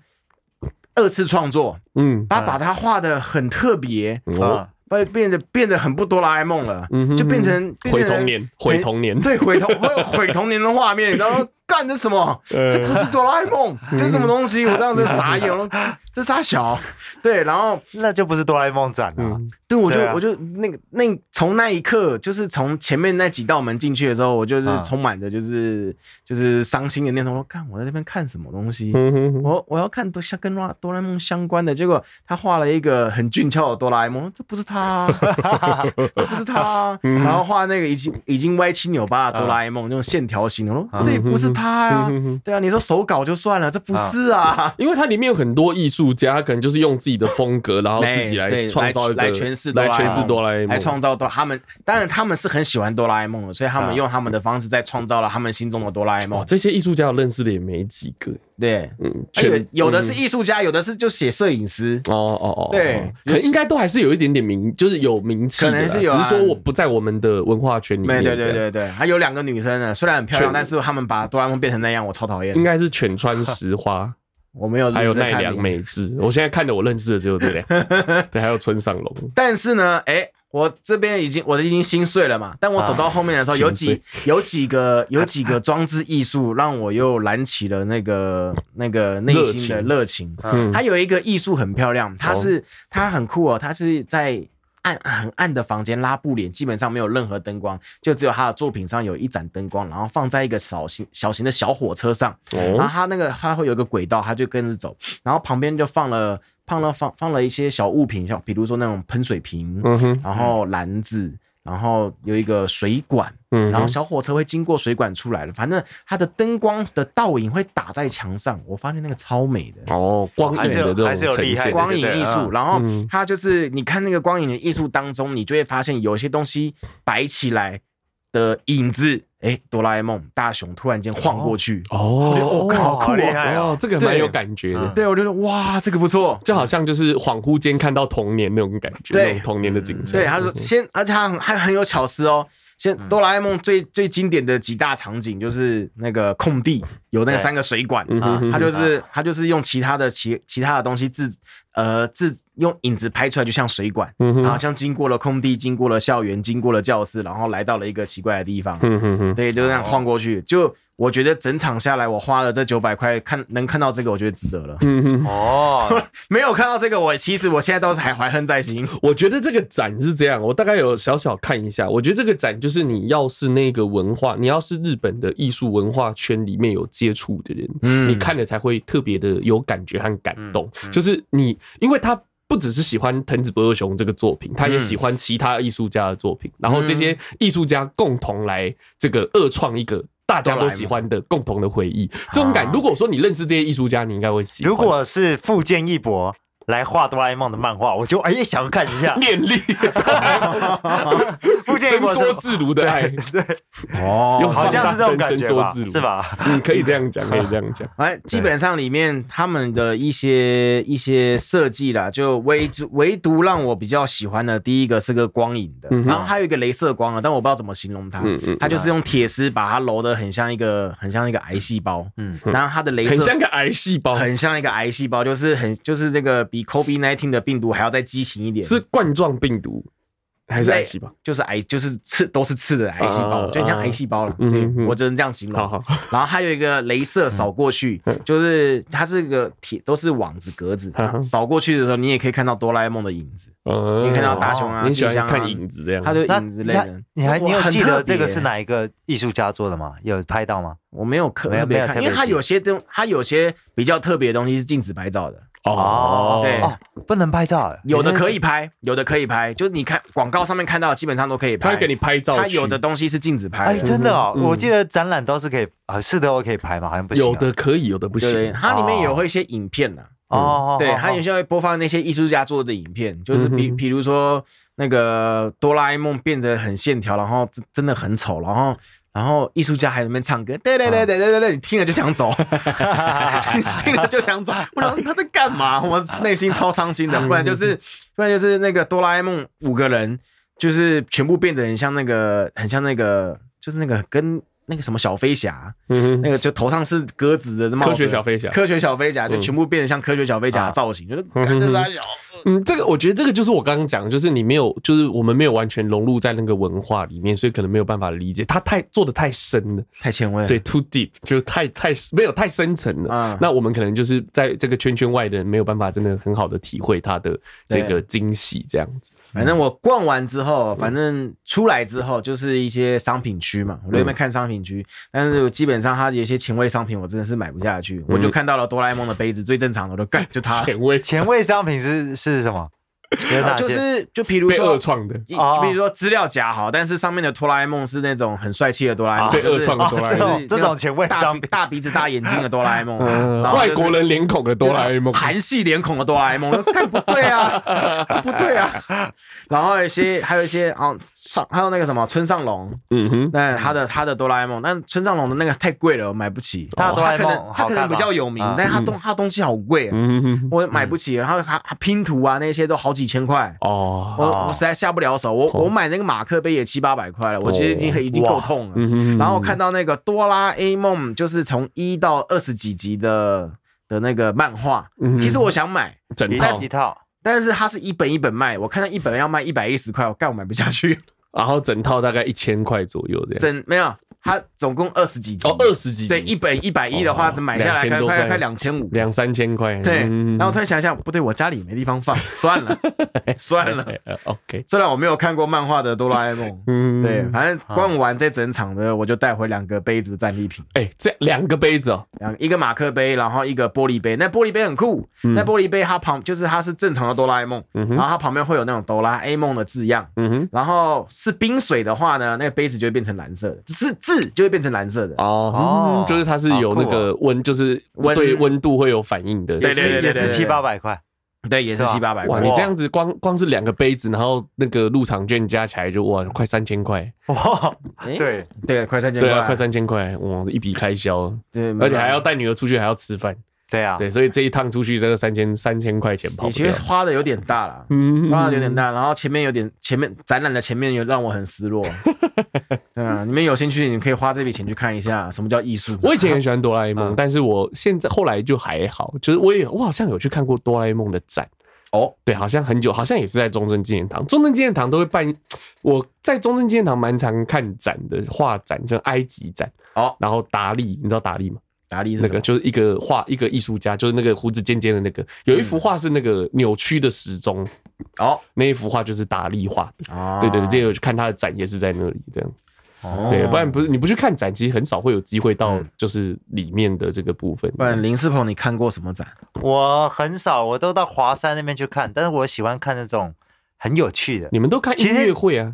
[SPEAKER 2] 二次创作，
[SPEAKER 1] 嗯，
[SPEAKER 2] 他把它画的很特别，
[SPEAKER 1] 哦，
[SPEAKER 2] 会变得变得很不哆啦 A 梦了
[SPEAKER 1] 嗯哼，
[SPEAKER 2] 就变成变
[SPEAKER 1] 毁
[SPEAKER 2] 成
[SPEAKER 1] 童年，毁童年，
[SPEAKER 2] 对毁童会毁童年的画面，然后干这什么？
[SPEAKER 1] 呃
[SPEAKER 2] 这不是哆啦 A 梦，这是什么东西？我当时傻眼了，这傻小对，然后
[SPEAKER 3] 那就不是哆啦 A 梦展了
[SPEAKER 1] 嗯，
[SPEAKER 2] 对，我就、
[SPEAKER 3] 对啊
[SPEAKER 2] 我就那个那从那一刻，就是从前面那几道门进去的时候，我就是
[SPEAKER 3] 嗯
[SPEAKER 2] 充满着就是、就是伤心的念头，说看我在那边看什么东西。
[SPEAKER 1] 嗯哼哼，
[SPEAKER 2] 我我要看多像跟哆啦哆啦 A 梦相关的，结果他画了一个很俊俏的哆啦 A 梦，这不是他啊、 [LAUGHS] 这不是他啊、
[SPEAKER 3] 嗯
[SPEAKER 2] 然后画那个已经已经歪七扭八的哆啦 A 梦，那种线条型的，我
[SPEAKER 3] 嗯
[SPEAKER 2] 说这也不是他呀、
[SPEAKER 1] 嗯哼哼
[SPEAKER 2] 对啊，你说手稿就算了，这不
[SPEAKER 3] 嗯
[SPEAKER 2] 是啊，
[SPEAKER 1] 因为它里面有很多艺术家，可能就是用自己的风格，然后自己来
[SPEAKER 2] 哎对
[SPEAKER 1] 创造一个
[SPEAKER 2] 来来诠释哆
[SPEAKER 1] 来
[SPEAKER 2] 啦 A 梦
[SPEAKER 1] 诠释哆啦 A
[SPEAKER 2] 来
[SPEAKER 1] 梦，
[SPEAKER 2] 创造到他们，当然他们是很喜欢哆啦 A 梦的，所以他们
[SPEAKER 3] 啊
[SPEAKER 2] 用他们的方式在创造了他们心中的哆啦 A
[SPEAKER 1] 哦
[SPEAKER 2] 梦，。
[SPEAKER 1] 这些艺术家我认识的也没几个，
[SPEAKER 2] 对，
[SPEAKER 1] 嗯，
[SPEAKER 2] 而且
[SPEAKER 1] 全
[SPEAKER 2] 哎有的是艺术家，有的是就写摄影师。
[SPEAKER 1] 哦哦哦，
[SPEAKER 2] 对
[SPEAKER 1] 可能应该都还是有一点点名，就是有名气的啦，
[SPEAKER 2] 可能是有啊
[SPEAKER 1] 只是说我不在我们的文化圈里
[SPEAKER 2] 对
[SPEAKER 1] 面，
[SPEAKER 2] 对对
[SPEAKER 1] 这样，
[SPEAKER 2] 对对，还有两个女生呢，虽然很漂亮，
[SPEAKER 1] 全
[SPEAKER 2] 但是他们把哆啦 A 梦变成那样，我超讨厌
[SPEAKER 1] 应。该是犬川石花，
[SPEAKER 2] [LAUGHS] 我没有
[SPEAKER 1] 还有
[SPEAKER 2] 认真
[SPEAKER 1] 奈
[SPEAKER 2] 看
[SPEAKER 1] 良
[SPEAKER 2] 名
[SPEAKER 1] 美智，我现在看的我认识的只有这两个，
[SPEAKER 2] [LAUGHS]
[SPEAKER 1] 对，还有村上隆，
[SPEAKER 2] 但是呢，哎，我这边已经我已经心碎了嘛。但我走到后面的时候，
[SPEAKER 1] 啊
[SPEAKER 2] 有几有几个有几个装置艺术，让我又燃起了那个那个内心的热情。
[SPEAKER 1] 嗯
[SPEAKER 2] 它有一个艺术很漂亮，它
[SPEAKER 1] 哦
[SPEAKER 2] 是它很酷哦，它是在暗很暗的房间拉布帘，基本上没有任何灯光，就只有他的作品上有一盏灯光，然后放在一个小型小型的小火车上，然后
[SPEAKER 1] 哦，
[SPEAKER 2] 它那个它会有一个轨道，它就跟着走，然后旁边就放了放了放放了一些小物品，像比如说那种喷水瓶，
[SPEAKER 1] 嗯哼，
[SPEAKER 2] 然后篮子。然后有一个水管，
[SPEAKER 1] 嗯哼
[SPEAKER 2] 然后小火车会经过水管出来了，反正它的灯光的倒影会打在墙上，我发现那个超美的。
[SPEAKER 1] 哦，光影的这种
[SPEAKER 3] 还是有
[SPEAKER 1] 呈
[SPEAKER 3] 厉害
[SPEAKER 1] 现
[SPEAKER 3] 的，
[SPEAKER 2] 光影艺
[SPEAKER 3] 对
[SPEAKER 2] 术，
[SPEAKER 3] 嗯
[SPEAKER 2] 然后
[SPEAKER 1] 嗯
[SPEAKER 2] 它就是你看那个光影的艺术当中，你就会发现有些东西摆起来的影子，哎，哆啦 A 梦大雄突然间晃过去，
[SPEAKER 1] 哦，
[SPEAKER 3] 靠
[SPEAKER 1] 好
[SPEAKER 3] 好厉害哦
[SPEAKER 1] 哦，这个蛮有感觉的
[SPEAKER 3] 嗯，
[SPEAKER 2] 对我就觉得哇，这个不错。
[SPEAKER 1] 就好像就是恍惚间看到童年那种感觉，
[SPEAKER 2] 对
[SPEAKER 1] 那种童年的景象。
[SPEAKER 2] 对，他说先，而且他很还很有巧思哦。先，哆啦 A 梦最最经典的几大场景就是那个空地有那个
[SPEAKER 3] 对
[SPEAKER 2] 三个水管，
[SPEAKER 1] 嗯哼哼
[SPEAKER 2] 啊他就是他就是用其他的其其他的东西自呃自用影子拍出来，就像水管，
[SPEAKER 1] 嗯哼
[SPEAKER 2] 好像经过了空地，经过了校园，经过了教室，然后来到了一个奇怪的地方，
[SPEAKER 1] 嗯哼哼，
[SPEAKER 2] 对，就这样晃过去。就我觉得整场下来，我花了这九百块看能看到这个，我觉得值得了。
[SPEAKER 1] 嗯哼。
[SPEAKER 3] 哦，
[SPEAKER 2] 没有看到这个，我其实我现在都是还怀恨在心。
[SPEAKER 1] 我觉得这个展是这样，我大概有小小看一下。我觉得这个展就是你要是那个文化，你要是日本的艺术文化圈里面有接触的人，
[SPEAKER 2] 嗯
[SPEAKER 1] 你看了才会特别的有感觉和感动。
[SPEAKER 3] 嗯嗯
[SPEAKER 1] 就是你，因为他。不只是喜欢藤子不二雄这个作品，他也喜欢其他艺术家的作品，然后这些艺术家共同来这个二创一个大家都喜欢的共同的回忆。这种感，
[SPEAKER 2] 啊
[SPEAKER 1] 如果说你认识这些艺术家，你应该会喜欢。。
[SPEAKER 3] 如果是富坚义博来画哆啦 A 梦的漫画，我就哎想看一
[SPEAKER 1] [LAUGHS]
[SPEAKER 3] 下
[SPEAKER 1] 念力，
[SPEAKER 3] 富坚义
[SPEAKER 1] 伸
[SPEAKER 3] 博
[SPEAKER 1] 缩
[SPEAKER 3] 是
[SPEAKER 1] 自如的爱，
[SPEAKER 2] 哦
[SPEAKER 1] 用
[SPEAKER 3] 好像是这种感
[SPEAKER 1] 放大
[SPEAKER 3] 觉吧，
[SPEAKER 1] 跟伸缩自如
[SPEAKER 3] 是吧？
[SPEAKER 1] 你嗯可以这样
[SPEAKER 2] [LAUGHS]
[SPEAKER 1] 讲，可以这样讲。
[SPEAKER 2] 哎，基本上里面他们的一些一些设计啦，就唯唯独让我比较喜欢的，第一个是个光影的，
[SPEAKER 1] 嗯哼
[SPEAKER 2] 然后还有一个镭射光啊，但我不知道怎么形容它，
[SPEAKER 1] 嗯嗯，
[SPEAKER 2] 它就是用铁丝把它揉的很像一个很像一个癌细胞，
[SPEAKER 3] 嗯，
[SPEAKER 2] 然后它的镭
[SPEAKER 1] 很
[SPEAKER 2] 射
[SPEAKER 1] 像个癌细胞，
[SPEAKER 2] 很像一个癌细胞，就是很就是那个比 COVID 1 9的病毒还要再畸形一点，
[SPEAKER 1] 是冠状病毒还是癌细胞？
[SPEAKER 2] 就是癌就是刺都是刺的癌细胞，
[SPEAKER 1] 啊
[SPEAKER 2] 就很像癌细胞了，
[SPEAKER 1] 嗯
[SPEAKER 2] 对
[SPEAKER 1] 嗯嗯
[SPEAKER 2] 我只能这样形容。
[SPEAKER 1] 好嗯好，
[SPEAKER 2] 然后还有一个镭射扫过去，就是它是个铁，都是网子格子
[SPEAKER 1] 嗯，哼
[SPEAKER 2] 扫过去的时候，你也可以看到哆啦 A 梦的影子，
[SPEAKER 1] 嗯，
[SPEAKER 2] 你看到大雄啊、
[SPEAKER 1] 你喜
[SPEAKER 2] 静
[SPEAKER 1] 欢
[SPEAKER 2] 香
[SPEAKER 1] 看
[SPEAKER 2] 啊，
[SPEAKER 1] 影子这样？
[SPEAKER 2] 它的
[SPEAKER 3] 那
[SPEAKER 2] 影子类
[SPEAKER 3] 你还
[SPEAKER 2] 的。
[SPEAKER 3] 你还你有
[SPEAKER 2] 哇
[SPEAKER 3] 记得这个是？
[SPEAKER 2] 很特别
[SPEAKER 3] 哪一个艺术家做的吗？有拍到吗？
[SPEAKER 2] 我没有特
[SPEAKER 3] 没有
[SPEAKER 2] 特别
[SPEAKER 3] 没有特
[SPEAKER 2] 看，
[SPEAKER 3] 别
[SPEAKER 2] 因为它有些东，它有些比较特别的东西是禁止拍照的，
[SPEAKER 1] 哦，
[SPEAKER 2] 对
[SPEAKER 3] 哦，不能拍照，
[SPEAKER 2] 有的可
[SPEAKER 3] 以。
[SPEAKER 2] 以拍，有的可以拍，就是你看广告上面看到的基本上都可以
[SPEAKER 1] 他
[SPEAKER 2] 拍
[SPEAKER 1] 会。给你拍照区，
[SPEAKER 2] 它有的东西是禁止拍
[SPEAKER 3] 哎，
[SPEAKER 2] 的，
[SPEAKER 3] 真的哦，
[SPEAKER 1] 嗯
[SPEAKER 3] 我记得展览都是可以啊，是的，我可以拍嘛，好像不行啊。
[SPEAKER 1] 有的可以，有的不
[SPEAKER 2] 对，
[SPEAKER 1] 行。
[SPEAKER 2] 它里面有会一些影片啊呐。
[SPEAKER 3] 哦哦，哦
[SPEAKER 2] 对，
[SPEAKER 3] 哦
[SPEAKER 2] 他有些会播放那些艺术家做的影片，就是比
[SPEAKER 1] 嗯哼
[SPEAKER 2] 比如说那个哆啦 A 梦变得很线条，然后真真的很丑，然后然后艺术家还在那边唱歌，对对对对对对对，你听了就
[SPEAKER 1] [LAUGHS]
[SPEAKER 2] 想走，你听了就想走，不然他在干嘛？我内心超伤心的，不
[SPEAKER 1] [LAUGHS]
[SPEAKER 2] 然
[SPEAKER 1] 嗯
[SPEAKER 2] 就是不然就是那个哆啦 A 梦五个人，就是全部变得很像那个很像那个就是那个跟。那个什么小飞侠，
[SPEAKER 1] 嗯
[SPEAKER 2] 那
[SPEAKER 1] 哼，
[SPEAKER 2] 个就头上是鸽子的帽子，
[SPEAKER 1] 科学小飞侠。
[SPEAKER 2] 科学小飞侠就全部变得像科学小飞侠的造
[SPEAKER 1] 啊
[SPEAKER 2] 型，就是感觉傻小。
[SPEAKER 1] 嗯，这个我觉得这个就是我刚刚讲的，就是你没有，就是我们没有完全融入在那个文化里面，所以可能没有办法理解。它太做的太深了，
[SPEAKER 2] 太前卫了。
[SPEAKER 1] 对，too deep，就是太太没有太深层了。
[SPEAKER 2] 嗯，
[SPEAKER 1] 那我们可能就是在这个圈圈外的人，没有办法真的很好的体会它的这个惊喜，这样子。
[SPEAKER 2] 反正我逛完之后，反正出来之后就是一些商品区
[SPEAKER 1] 嗯
[SPEAKER 2] 嘛，我在那边看商品区，但是我基本上它有一些前卫商品我真的是买不下去，
[SPEAKER 1] 嗯
[SPEAKER 2] 我就看到了哆啦 A 梦的杯子，最正常的我就干
[SPEAKER 1] [LAUGHS]
[SPEAKER 2] 就它，
[SPEAKER 1] 前卫
[SPEAKER 3] 前卫商品是是什么？有哪
[SPEAKER 2] 啊
[SPEAKER 3] 些
[SPEAKER 2] 就是就比如
[SPEAKER 1] 被
[SPEAKER 2] 说
[SPEAKER 1] 二。创的，
[SPEAKER 2] 一
[SPEAKER 3] 哦
[SPEAKER 2] 比如说资料夹好，但是上面的哆啦 A 梦是那种很帅气的哆啦 A
[SPEAKER 3] 啊
[SPEAKER 2] 梦，
[SPEAKER 1] 被
[SPEAKER 2] 就
[SPEAKER 1] 二
[SPEAKER 2] 是
[SPEAKER 1] 创的
[SPEAKER 3] 哦
[SPEAKER 1] 哆啦 A
[SPEAKER 3] 这
[SPEAKER 1] 梦，
[SPEAKER 3] 种这种前卫
[SPEAKER 2] 大
[SPEAKER 3] 商
[SPEAKER 2] 鼻
[SPEAKER 3] 品，
[SPEAKER 2] 大鼻子大眼睛的哆啦 A 梦，
[SPEAKER 1] 嗯，
[SPEAKER 2] 然后
[SPEAKER 1] 外
[SPEAKER 2] 就是
[SPEAKER 1] 国人脸孔的哆啦 A 梦，
[SPEAKER 2] 韩系脸孔的哆啦 A
[SPEAKER 1] [LAUGHS]
[SPEAKER 2] 梦，看不对啊，这不对啊。然后有一些还有一些啊上还有那个什么村上龙，
[SPEAKER 1] 嗯哼，
[SPEAKER 2] 那他的他的哆啦 A 梦，但村上龙的那个太贵了，我买不起。
[SPEAKER 3] 他的哆啦 A
[SPEAKER 2] 可
[SPEAKER 3] 梦
[SPEAKER 2] 能他
[SPEAKER 3] 好
[SPEAKER 2] 可
[SPEAKER 3] 看
[SPEAKER 2] 能比
[SPEAKER 3] 吗
[SPEAKER 2] 较有名
[SPEAKER 3] 啊，
[SPEAKER 2] 但是他东他的东西好贵啊，
[SPEAKER 1] 嗯哼，
[SPEAKER 2] 我买不起。然后他他拼图啊那些都好几千块。我
[SPEAKER 1] 哦，
[SPEAKER 3] 哦
[SPEAKER 2] 我实在下不了手，我我买那个马克杯也七八百块了，我其实已经很已经够痛了。
[SPEAKER 1] 嗯哼，
[SPEAKER 2] 然后我看到那个哆啦 A 梦，就是从一到二十几集的的那个漫画
[SPEAKER 1] 嗯，
[SPEAKER 2] 其实我想买，
[SPEAKER 1] 整
[SPEAKER 3] 一
[SPEAKER 1] 套
[SPEAKER 3] 套，一套，
[SPEAKER 2] 但是它是一本一本卖，我看到一本要卖一百一十块，我干我买不下去，
[SPEAKER 1] 然后整套大概一千块左右这样，
[SPEAKER 2] 整没有它总共二十几集，
[SPEAKER 1] 哦，二十几集，
[SPEAKER 2] 对，一本一百一的话，
[SPEAKER 1] 哦
[SPEAKER 2] 只买下来
[SPEAKER 1] 2000
[SPEAKER 2] 快
[SPEAKER 1] 多块
[SPEAKER 2] 快快两千五。
[SPEAKER 1] 两三千块，
[SPEAKER 2] 对，
[SPEAKER 1] 嗯
[SPEAKER 2] 然后突然想一下，不对，我家里没地
[SPEAKER 1] [LAUGHS]
[SPEAKER 2] 方放，算了算了。
[SPEAKER 1] 呃 OK，
[SPEAKER 2] 虽然我没有看过漫画的哆啦 A 梦，
[SPEAKER 1] 嗯
[SPEAKER 2] 对，反正逛完这整场的，我就带回两个杯子的战利品，
[SPEAKER 1] 哎，这两个杯子哦，
[SPEAKER 2] 两一个马克杯，然后一个玻璃杯。那玻璃杯很酷，那玻璃杯它旁就是它是正常的哆啦 A 梦，
[SPEAKER 1] 嗯哼，
[SPEAKER 2] 然后它旁边会有那种哆啦 A 梦的字样。
[SPEAKER 1] 嗯哼，
[SPEAKER 2] 然后是冰水的话呢，那个杯子就会变成蓝色的，字字就会变成蓝色的。
[SPEAKER 1] 哦
[SPEAKER 3] 哦，
[SPEAKER 1] 嗯就是它是有那个温，就是
[SPEAKER 2] 哦温
[SPEAKER 1] 对温度会有反应的，
[SPEAKER 2] 对对对对
[SPEAKER 3] 也
[SPEAKER 2] 对
[SPEAKER 3] 是
[SPEAKER 2] 对
[SPEAKER 3] 七八百块，
[SPEAKER 2] 对，也是
[SPEAKER 3] 是吧
[SPEAKER 2] 七八百
[SPEAKER 1] 哇，
[SPEAKER 2] 块
[SPEAKER 1] 你。这样子光光是两个杯子，然后那个入场券加起来就哇，快三千块，
[SPEAKER 3] [LAUGHS] 哇，
[SPEAKER 2] 诶
[SPEAKER 3] 对，
[SPEAKER 2] 对，快三千
[SPEAKER 1] 对
[SPEAKER 2] 块，嗯
[SPEAKER 1] 啊，快，三千块，哇，一笔开销，
[SPEAKER 2] 对，
[SPEAKER 1] 而且还要带女儿出去，还要吃饭，
[SPEAKER 3] 对啊，
[SPEAKER 1] 对，所以这一趟出去这个三千三千块钱跑
[SPEAKER 2] 你
[SPEAKER 1] 不
[SPEAKER 2] 其实
[SPEAKER 1] 掉，
[SPEAKER 2] 花的有点大了。
[SPEAKER 1] 嗯
[SPEAKER 2] 花的有点，大，然后前面有点前面展览的前面有让我很
[SPEAKER 1] [LAUGHS]
[SPEAKER 2] 失落，对啊，你们有兴趣，你们可以花这笔钱去看一下什么叫艺术。
[SPEAKER 1] 我以前很喜欢哆啦 A 梦，
[SPEAKER 2] 嗯
[SPEAKER 1] 但是我现在后来就还好，就是我也我好像有去看过哆啦 A 梦的展。
[SPEAKER 2] 哦，
[SPEAKER 1] 对，好像很久，好像也是在中正纪念堂。中正纪念堂都会办，我在中正纪念堂蛮常看展的，画展，像埃及展，
[SPEAKER 2] 哦，
[SPEAKER 1] 然后达利，你知道达利吗？
[SPEAKER 2] 达利是
[SPEAKER 1] 那
[SPEAKER 2] 什
[SPEAKER 1] 个
[SPEAKER 2] 么？
[SPEAKER 1] 就是一个画一个艺术家，就是那个胡子尖尖的那个，有一幅画是那个扭曲的时钟，
[SPEAKER 2] 哦，
[SPEAKER 1] 那一幅画就是达利画的。
[SPEAKER 2] 哦
[SPEAKER 1] 对对对，之前有去看他的展，也是在那里这样。
[SPEAKER 2] 哦嗯
[SPEAKER 1] 对，不然不是你不去看展，其实很少会有机会到就是里面的这个部分。
[SPEAKER 2] 不然林世鹏，你看过什么展？
[SPEAKER 3] 我很少，我都到华山那边去看，但是我喜欢看那种很有趣的
[SPEAKER 1] 你们都看音
[SPEAKER 3] 其实
[SPEAKER 1] 乐会啊？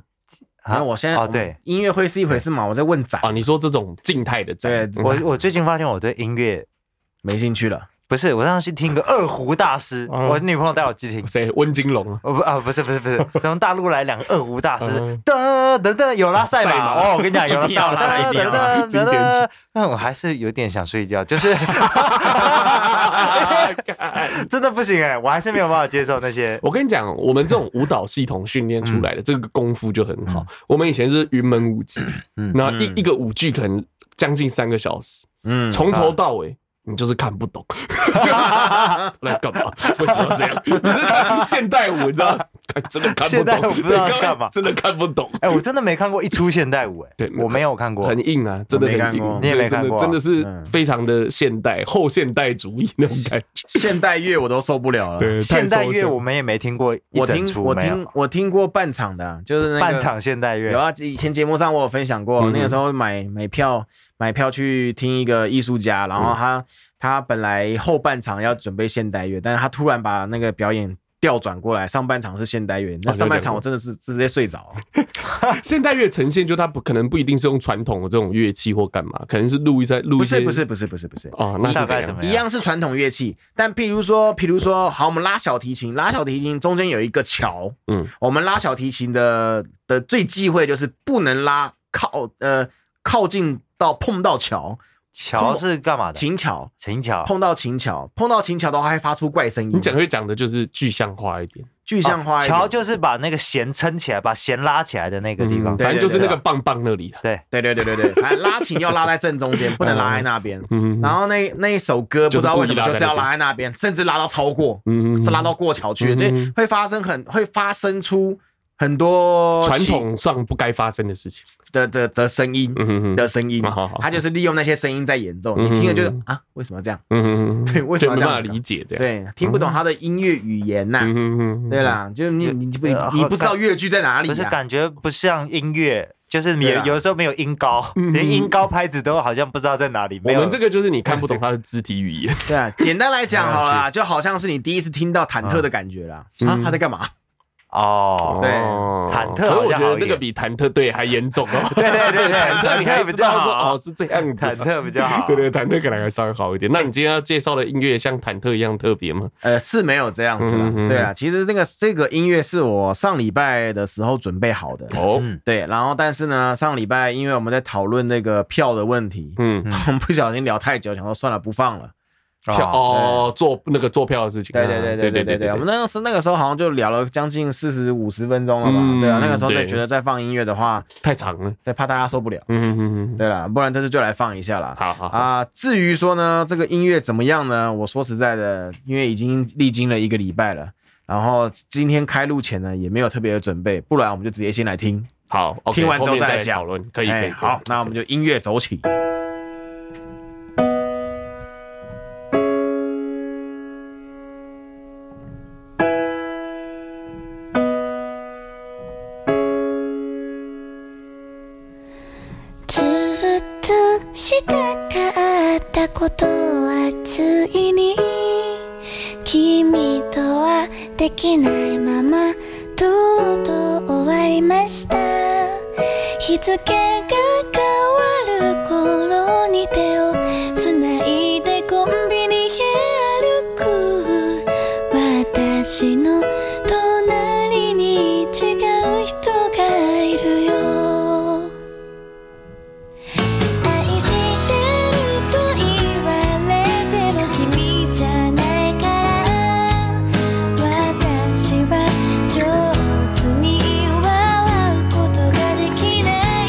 [SPEAKER 2] 然
[SPEAKER 3] 啊
[SPEAKER 2] 后我现在
[SPEAKER 3] 哦，对
[SPEAKER 2] 音乐会是一回事嘛，我在问展，
[SPEAKER 1] 啊，你说这种静态的展，
[SPEAKER 2] 对
[SPEAKER 3] 我我最近发现我对音乐
[SPEAKER 2] 没兴趣了。
[SPEAKER 3] 不是，我上次去听个二胡大师，
[SPEAKER 1] 嗯
[SPEAKER 3] 我女朋友带我去听。
[SPEAKER 1] 谁？温金龙
[SPEAKER 2] [LAUGHS]
[SPEAKER 1] 啊？ [LAUGHS]
[SPEAKER 3] 哦不啊，不是不是不是，从大陆来两个二胡大师
[SPEAKER 1] 嗯，
[SPEAKER 3] 噔噔噔，有拉塞
[SPEAKER 1] 赛
[SPEAKER 3] 吧？
[SPEAKER 1] 马
[SPEAKER 3] 哦，我跟你讲，有拉
[SPEAKER 2] [LAUGHS] 一
[SPEAKER 3] 塞
[SPEAKER 2] 定要拉
[SPEAKER 3] 吧，
[SPEAKER 2] 一定
[SPEAKER 3] 噔
[SPEAKER 2] 要拉
[SPEAKER 3] 噔
[SPEAKER 1] 经
[SPEAKER 3] 噔
[SPEAKER 1] 典
[SPEAKER 3] 噔，但我还是有点想睡觉，就是
[SPEAKER 2] [LAUGHS]
[SPEAKER 3] 真的不行哎，我还是没有办法接受那些
[SPEAKER 1] 我跟你讲，我们这种舞蹈系统训练出来的这个功夫就很好。我们以前是云门舞集，
[SPEAKER 3] 嗯
[SPEAKER 1] 然后一
[SPEAKER 2] 嗯
[SPEAKER 1] 一个舞剧可能将近三个小时，
[SPEAKER 2] 嗯，
[SPEAKER 1] 从头到尾你就是看不
[SPEAKER 3] [LAUGHS]
[SPEAKER 1] 懂， [LAUGHS] 来干嘛？为什么要这样？你是看现代舞，你知道吗？看真的看不
[SPEAKER 3] 现代
[SPEAKER 1] 懂，
[SPEAKER 3] 舞不知道干嘛
[SPEAKER 1] 真的看不懂。
[SPEAKER 3] 哎、我真的没看过一出现代舞、哎，
[SPEAKER 1] 对
[SPEAKER 3] 我没有看过，
[SPEAKER 1] 很硬啊，真的
[SPEAKER 2] 我没
[SPEAKER 1] 很
[SPEAKER 2] 看
[SPEAKER 1] 硬
[SPEAKER 2] 过，
[SPEAKER 3] 你也没看过啊
[SPEAKER 1] 真的真的
[SPEAKER 2] 嗯
[SPEAKER 1] 是非常的现代、后现代主义那种感觉。
[SPEAKER 2] 现代乐我都受不了了。
[SPEAKER 1] 对，太
[SPEAKER 3] 现代
[SPEAKER 1] 抽
[SPEAKER 3] 乐
[SPEAKER 1] 象
[SPEAKER 3] 我们也没听过一
[SPEAKER 2] 我
[SPEAKER 3] 整
[SPEAKER 2] 听
[SPEAKER 3] 出，
[SPEAKER 2] 我
[SPEAKER 3] 没有
[SPEAKER 2] 听我听过半场的啊，就是那个
[SPEAKER 3] 半场现代
[SPEAKER 2] 有
[SPEAKER 3] 乐，
[SPEAKER 2] 啊，以前节目上我有分享过，
[SPEAKER 1] 嗯
[SPEAKER 2] 那个时候买买票买票去听一个艺术家，
[SPEAKER 3] 嗯
[SPEAKER 2] 然后他、他本来后半场要准备现代乐，但是他突然把那个表演调转过来，上半场是现代乐，那
[SPEAKER 1] 哦
[SPEAKER 2] 上半
[SPEAKER 1] 你有讲
[SPEAKER 2] 场
[SPEAKER 1] 过
[SPEAKER 2] 我真的是直接睡着。
[SPEAKER 1] 现代乐呈现，就它不可能不一定是用传统的这种乐器或干嘛，可能是录一在录
[SPEAKER 2] 不
[SPEAKER 1] 一些
[SPEAKER 2] 是不是不是不是不是，
[SPEAKER 1] 哦，那是
[SPEAKER 3] 大
[SPEAKER 1] 怎
[SPEAKER 3] 概怎
[SPEAKER 1] 样？
[SPEAKER 3] 么
[SPEAKER 2] 一样是传统乐器，但譬如说譬如说，好，我们拉小提琴，拉小提琴中间有一个桥，
[SPEAKER 1] 嗯，
[SPEAKER 2] 我们拉小提琴的的最忌讳就是不能拉靠呃靠近到碰到桥，
[SPEAKER 3] 桥是干嘛的？
[SPEAKER 2] 琴桥。
[SPEAKER 3] 琴桥，
[SPEAKER 2] 碰到琴桥，碰到琴桥的话会发出怪声音。
[SPEAKER 1] 你讲哦会讲的就是具象化一点，
[SPEAKER 2] 具象化一点
[SPEAKER 3] 桥、哦就是把那个弦撑起来，把弦拉起来的那个地方。
[SPEAKER 1] 嗯反正就是那个棒棒那里了。啊
[SPEAKER 3] 对，
[SPEAKER 2] 对对对对对，反正拉琴要拉在正中间，不能拉在那边。
[SPEAKER 1] 嗯
[SPEAKER 2] 然后那那一首歌不知道为什么就是要拉在那边，甚至拉到超过，
[SPEAKER 1] 嗯
[SPEAKER 2] 是拉到过桥去，
[SPEAKER 1] 嗯
[SPEAKER 2] 所以会发生很会发生出很多
[SPEAKER 1] 传
[SPEAKER 2] 奇
[SPEAKER 1] 统上不该发生的事情。
[SPEAKER 2] 的的的声音
[SPEAKER 1] 嗯哼哼
[SPEAKER 2] 的声音
[SPEAKER 1] 好好好，
[SPEAKER 2] 他就是利用那些声音在演奏，你
[SPEAKER 1] 嗯
[SPEAKER 2] 听了就是
[SPEAKER 1] 嗯
[SPEAKER 2] 啊，为什么这样？ [LAUGHS]
[SPEAKER 1] 嗯哼哼
[SPEAKER 2] 对为什么
[SPEAKER 1] 就没办
[SPEAKER 2] 要这样
[SPEAKER 1] 法
[SPEAKER 2] 子呢
[SPEAKER 1] 理解这样？，
[SPEAKER 2] 对，听不懂他的音乐语言呐。
[SPEAKER 1] 嗯哼哼哼
[SPEAKER 2] 对，啦，就是你你你你不知道乐句在哪里
[SPEAKER 3] 呃不是
[SPEAKER 2] 呀？
[SPEAKER 3] 感觉不像音乐，就是
[SPEAKER 2] 对
[SPEAKER 3] 有
[SPEAKER 2] 啊
[SPEAKER 3] 有时候没有音高，
[SPEAKER 1] 嗯
[SPEAKER 3] 连音高拍子都好像不知道在哪里。
[SPEAKER 1] 我
[SPEAKER 3] 没有
[SPEAKER 1] 们这个就是你看不懂他的肢体语言。
[SPEAKER 2] 对啊，简单来讲好了
[SPEAKER 1] [LAUGHS]
[SPEAKER 3] 没
[SPEAKER 2] 啦，就好像是你第一次听到忐忑的感觉啦。
[SPEAKER 1] 嗯
[SPEAKER 2] 啊，他在干嘛？
[SPEAKER 3] 哦，
[SPEAKER 2] 对
[SPEAKER 1] 哦
[SPEAKER 3] 忐忑
[SPEAKER 1] 可是我觉
[SPEAKER 3] 好像
[SPEAKER 1] 得
[SPEAKER 3] 好一
[SPEAKER 1] 那
[SPEAKER 3] 点
[SPEAKER 1] 个比忐忑对还严重 [LAUGHS] 哦。
[SPEAKER 3] 对对对对，
[SPEAKER 1] 忐忑你还
[SPEAKER 3] 比
[SPEAKER 1] 知
[SPEAKER 3] 较
[SPEAKER 1] 道说
[SPEAKER 3] 好，
[SPEAKER 1] 哦是这样子
[SPEAKER 3] 忐。忑比较好。
[SPEAKER 1] 对对，忐忑可能还稍微好一点。那你今天要介绍的音乐像忐忑一样特别吗？
[SPEAKER 2] 呃，是没有这样子啦
[SPEAKER 1] 嗯。嗯嗯
[SPEAKER 2] 对啦，其实这个这个音乐是我上礼拜的时候准备好的。
[SPEAKER 1] 哦，
[SPEAKER 3] 嗯
[SPEAKER 2] 对，然后但是呢，上礼拜因为我们在讨论那个票的问题，
[SPEAKER 1] 嗯，
[SPEAKER 2] 我们不小心聊太久，想说算了，不放了。
[SPEAKER 1] 票哦，做那个做票的事情。
[SPEAKER 2] 对对
[SPEAKER 1] 啊
[SPEAKER 2] 对对对对对，我们那个是那个时候好像就聊了将近四十五十分钟了吧？
[SPEAKER 1] 嗯
[SPEAKER 2] 对啊，那个时候才
[SPEAKER 1] 对
[SPEAKER 2] 觉得再放音乐的话，
[SPEAKER 1] 太长了。
[SPEAKER 2] 对，怕大家受不了。
[SPEAKER 1] 嗯嗯嗯，
[SPEAKER 2] 对啦，不然这次就来放一下啦。
[SPEAKER 1] 好好好，
[SPEAKER 2] 啊，至于说呢，这个音乐怎么样呢？我说实在的，因为已经历经了一个礼拜了，然后今天开录前呢也没有特别的准备，不然我们就直接先来听。
[SPEAKER 1] 好，OK，
[SPEAKER 2] 听完之后
[SPEAKER 1] 面
[SPEAKER 2] 再
[SPEAKER 1] 再
[SPEAKER 2] 来讲
[SPEAKER 1] 讨论，可以可以。可
[SPEAKER 2] 哎
[SPEAKER 1] 以
[SPEAKER 2] 好，那我们就音乐走起。
[SPEAKER 4] ずっとしたかったことはついに君とはできないままとうとう終わりました日付が変わる頃に手をつないでコンビニへ歩く私の隣に違う人がいるよ愛してると言われても君じゃないから私は上手に笑うことができない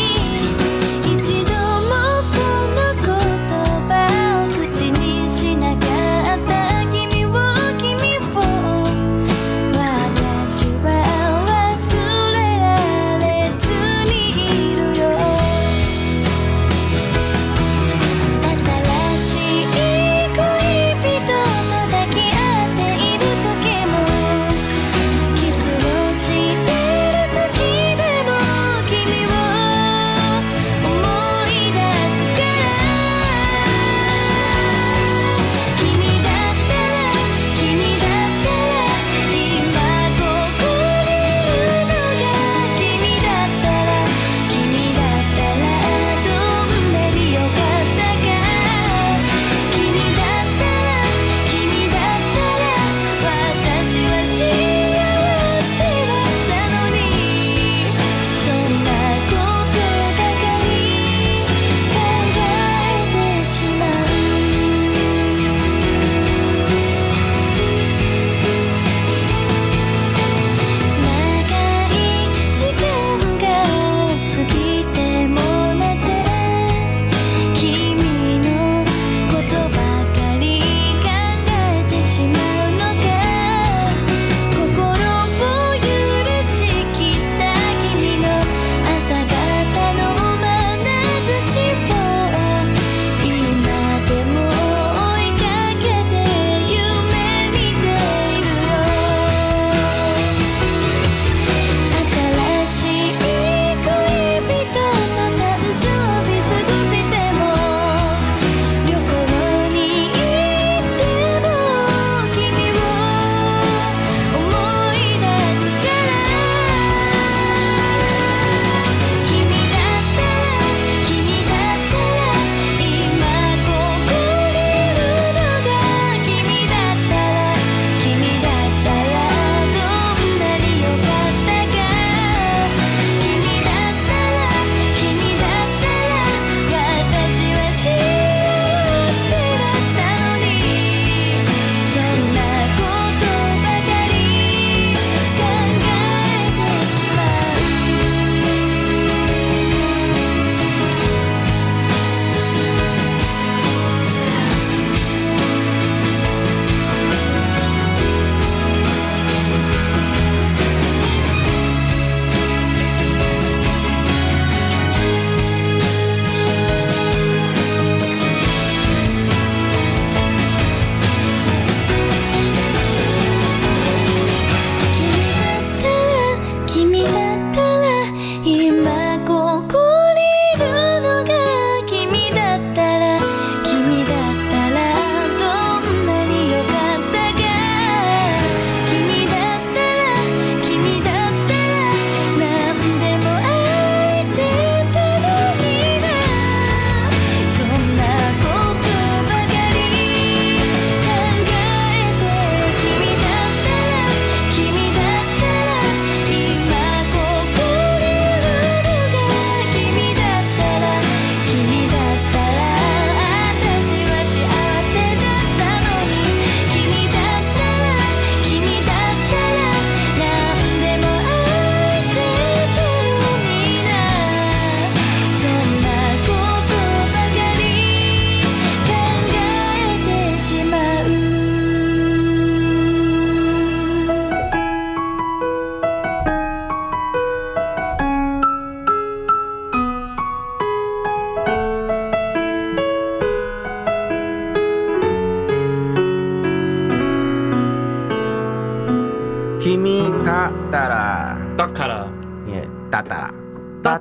[SPEAKER 1] 它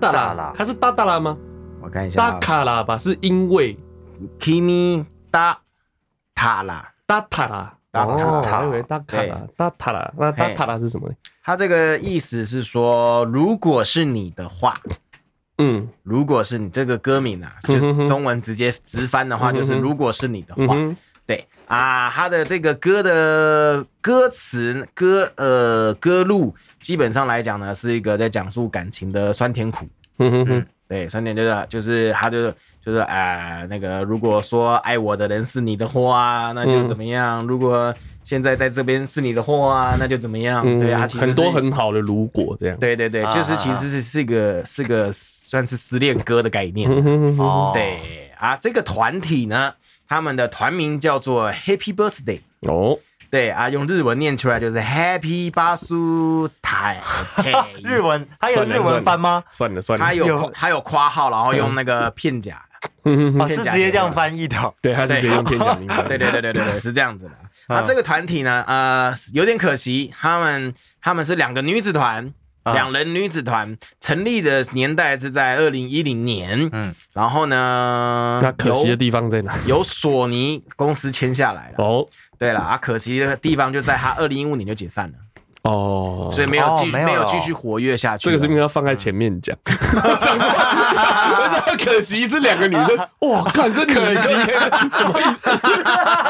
[SPEAKER 1] 是大大啦吗？
[SPEAKER 2] 我看一下
[SPEAKER 1] 大
[SPEAKER 2] 啊
[SPEAKER 1] 卡啦吧，是因为
[SPEAKER 2] ，Kimi 达塔啦，
[SPEAKER 1] 大塔啦。
[SPEAKER 2] 大塔
[SPEAKER 1] 哦
[SPEAKER 3] 塔
[SPEAKER 1] 我以为大卡
[SPEAKER 2] 哎
[SPEAKER 1] 啦，大塔啦，那大塔啦是什么呢？
[SPEAKER 2] 他这个意思是说，如果是你的话，
[SPEAKER 1] 嗯
[SPEAKER 2] 如果是你这个歌名啊，就
[SPEAKER 1] 嗯哼
[SPEAKER 2] 是
[SPEAKER 1] 哼
[SPEAKER 2] 中文直接直翻的话，
[SPEAKER 1] 嗯哼
[SPEAKER 2] 就
[SPEAKER 1] 哼
[SPEAKER 2] 是如果是你的
[SPEAKER 1] 嗯
[SPEAKER 2] 话，
[SPEAKER 1] 哼，
[SPEAKER 2] 对啊，他的这个歌的歌词歌呃歌路，基本上来讲呢，是一个在讲述感情的酸甜苦。
[SPEAKER 1] 嗯哼哼，
[SPEAKER 2] 对，酸甜就是就是他就是就是啊、呃那个如果说爱我的人是你的话，那就
[SPEAKER 1] 嗯
[SPEAKER 2] 怎么样？如果现在在这边是你的话，那就怎么样？对啊，
[SPEAKER 1] 嗯，
[SPEAKER 2] 其实是
[SPEAKER 1] 很多很好的如果这样，
[SPEAKER 2] 对对对，
[SPEAKER 3] 啊
[SPEAKER 2] 就是
[SPEAKER 3] 啊
[SPEAKER 2] 其实是是个是个算是失恋歌的概念。
[SPEAKER 1] 嗯哼哼哼，
[SPEAKER 3] 哦，，
[SPEAKER 2] 对啊，这个团体呢，他们的团名叫做 Happy Birthday。
[SPEAKER 1] 哦，
[SPEAKER 2] 对啊，用日文念出来就是 Happy 巴苏
[SPEAKER 1] [LAUGHS]
[SPEAKER 2] 台。
[SPEAKER 3] 日，文
[SPEAKER 2] 哎
[SPEAKER 3] 还有
[SPEAKER 1] 算了
[SPEAKER 3] 日文翻吗？
[SPEAKER 1] 算了算了
[SPEAKER 2] 它，有
[SPEAKER 3] 有
[SPEAKER 2] 括它有括号，然后用那个片假。
[SPEAKER 1] 嗯哼哼
[SPEAKER 3] 哦，
[SPEAKER 2] 片
[SPEAKER 3] 是
[SPEAKER 2] 假
[SPEAKER 3] 直接
[SPEAKER 2] 名
[SPEAKER 3] 这样
[SPEAKER 2] 吧
[SPEAKER 3] 翻译的哦。
[SPEAKER 1] 对，他是直接用片假名
[SPEAKER 2] [LAUGHS] 对对对对
[SPEAKER 1] [LAUGHS]
[SPEAKER 2] 对对，是这样子的。那
[SPEAKER 3] 嗯
[SPEAKER 2] 这个团体呢，呃，有点可惜，他们他们是两个女子团。
[SPEAKER 1] 嗯
[SPEAKER 3] 啊
[SPEAKER 2] 两人女子团成立的年代是在二零一零年，
[SPEAKER 3] 嗯，
[SPEAKER 2] 然后呢，
[SPEAKER 1] 那可惜的
[SPEAKER 2] 由
[SPEAKER 1] 地方在哪？
[SPEAKER 2] 由索尼公司签下来了。
[SPEAKER 1] 哦
[SPEAKER 2] 对了啊，可惜的地方就在他二零一五年就解散了，
[SPEAKER 1] 哦，
[SPEAKER 2] 所以没有继、
[SPEAKER 3] 哦没有
[SPEAKER 2] 没有
[SPEAKER 3] 了哦
[SPEAKER 2] 继续活跃下去。嗯
[SPEAKER 1] 这个是应该要放在前面讲， [LAUGHS] 讲什么？那可惜是两个女生，哇，看这可惜， [LAUGHS] 什么意思？
[SPEAKER 2] [LAUGHS]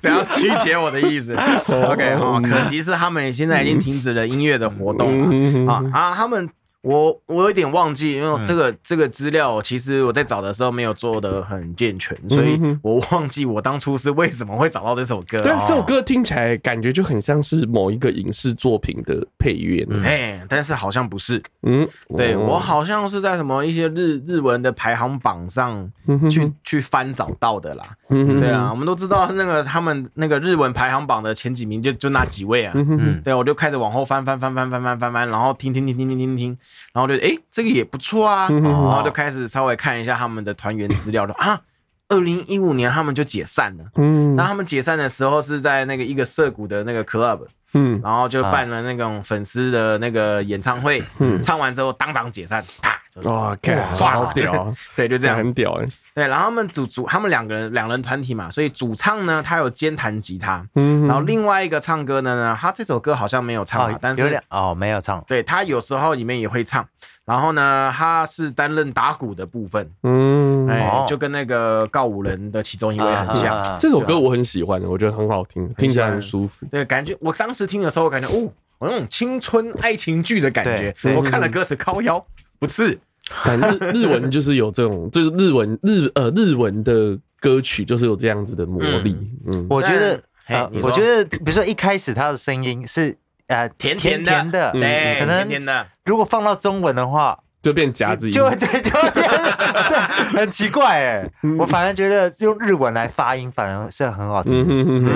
[SPEAKER 2] 不要曲解我的意
[SPEAKER 1] [LAUGHS]
[SPEAKER 2] 思。OK 哦，可惜是他们现在已经停止了音乐的活动
[SPEAKER 1] 嗯
[SPEAKER 2] 了啊啊！他们我我有点忘记，因为这个这个资料其实我在找的时候没有做的很健全，所以
[SPEAKER 1] 嗯哼
[SPEAKER 2] 我忘记我当初是为什么会找到这首歌
[SPEAKER 1] 对
[SPEAKER 2] 哦。
[SPEAKER 1] 啊，这首歌听起来感觉就很像是某一个影视作品的配乐呢。
[SPEAKER 2] 哎，但是好像不是，
[SPEAKER 1] 嗯，
[SPEAKER 2] 对
[SPEAKER 1] 哦
[SPEAKER 2] 我好像是在什么一些日日文的排行榜上去去翻找到的啦。
[SPEAKER 1] 嗯
[SPEAKER 2] 对啊，我们都知道那个他们那个日文排行榜的前几名就就那几位啊。
[SPEAKER 3] 嗯，
[SPEAKER 2] 对，我就开始往后翻翻翻翻翻翻翻翻，然后听听听听听听听，然后就诶，这个也不错啊，
[SPEAKER 1] 嗯哼
[SPEAKER 2] 然后就开始稍微看一下他们的团员资料，就啊，二零一五年他们就解散了。
[SPEAKER 1] 嗯
[SPEAKER 2] 那他们解散的时候是在那个一个涩谷的那个 club，
[SPEAKER 1] 嗯
[SPEAKER 2] 然后就办了那种粉丝的那个演唱会，
[SPEAKER 1] 嗯
[SPEAKER 2] 唱完之后当场解散，啪，就
[SPEAKER 1] 哇，看
[SPEAKER 2] 刷
[SPEAKER 1] 好屌啊，
[SPEAKER 2] 对，就
[SPEAKER 1] 哦这
[SPEAKER 2] [LAUGHS] 这
[SPEAKER 1] 样
[SPEAKER 2] 样
[SPEAKER 1] 很屌哎。
[SPEAKER 2] 对，然后他们主主他们两个人两人团体嘛，所以主唱呢他有兼弹吉他，
[SPEAKER 1] 嗯
[SPEAKER 2] 然后另外一个唱歌的呢，他这首歌好像没有唱啊
[SPEAKER 3] 哦，
[SPEAKER 2] 但
[SPEAKER 3] 有
[SPEAKER 2] 是
[SPEAKER 3] 点哦，没有唱，
[SPEAKER 2] 对他有时候里面也会唱，然后呢，他是担任打鼓的部分，
[SPEAKER 1] 嗯，
[SPEAKER 2] 哎、
[SPEAKER 3] 哦
[SPEAKER 2] 就跟那个告五人的其中一位很像。
[SPEAKER 3] 啊啊啊
[SPEAKER 1] 这首歌我很喜欢，我觉得很好听，听起来很舒服。
[SPEAKER 2] 对，感觉我当时听的时候，我感觉哦，我那种青春爱情剧的感觉。
[SPEAKER 1] 对
[SPEAKER 2] 我
[SPEAKER 3] 嗯
[SPEAKER 2] 看了歌词靠腰，不是，
[SPEAKER 1] 但日
[SPEAKER 2] [LAUGHS]
[SPEAKER 1] 日文就是有这种，就是日文日呃日文的歌曲就是有这样子的魔力。嗯，
[SPEAKER 3] 我觉得，
[SPEAKER 2] 但
[SPEAKER 3] 呃
[SPEAKER 2] 嘿你
[SPEAKER 3] 我
[SPEAKER 2] 说
[SPEAKER 3] 觉得，比如说一开始他的声音是呃
[SPEAKER 2] 甜
[SPEAKER 3] 甜
[SPEAKER 2] 的，
[SPEAKER 3] 甜的，嗯
[SPEAKER 2] 对，
[SPEAKER 3] 可能
[SPEAKER 2] 甜甜的。
[SPEAKER 3] 如果放到中文的话，
[SPEAKER 1] 就变夹子音。
[SPEAKER 3] 就 [LAUGHS] 对，就会变对，很奇怪哎。我反而觉得用日文来发音，反而是很好
[SPEAKER 1] 嗯
[SPEAKER 3] 听。
[SPEAKER 1] 哼哼哼，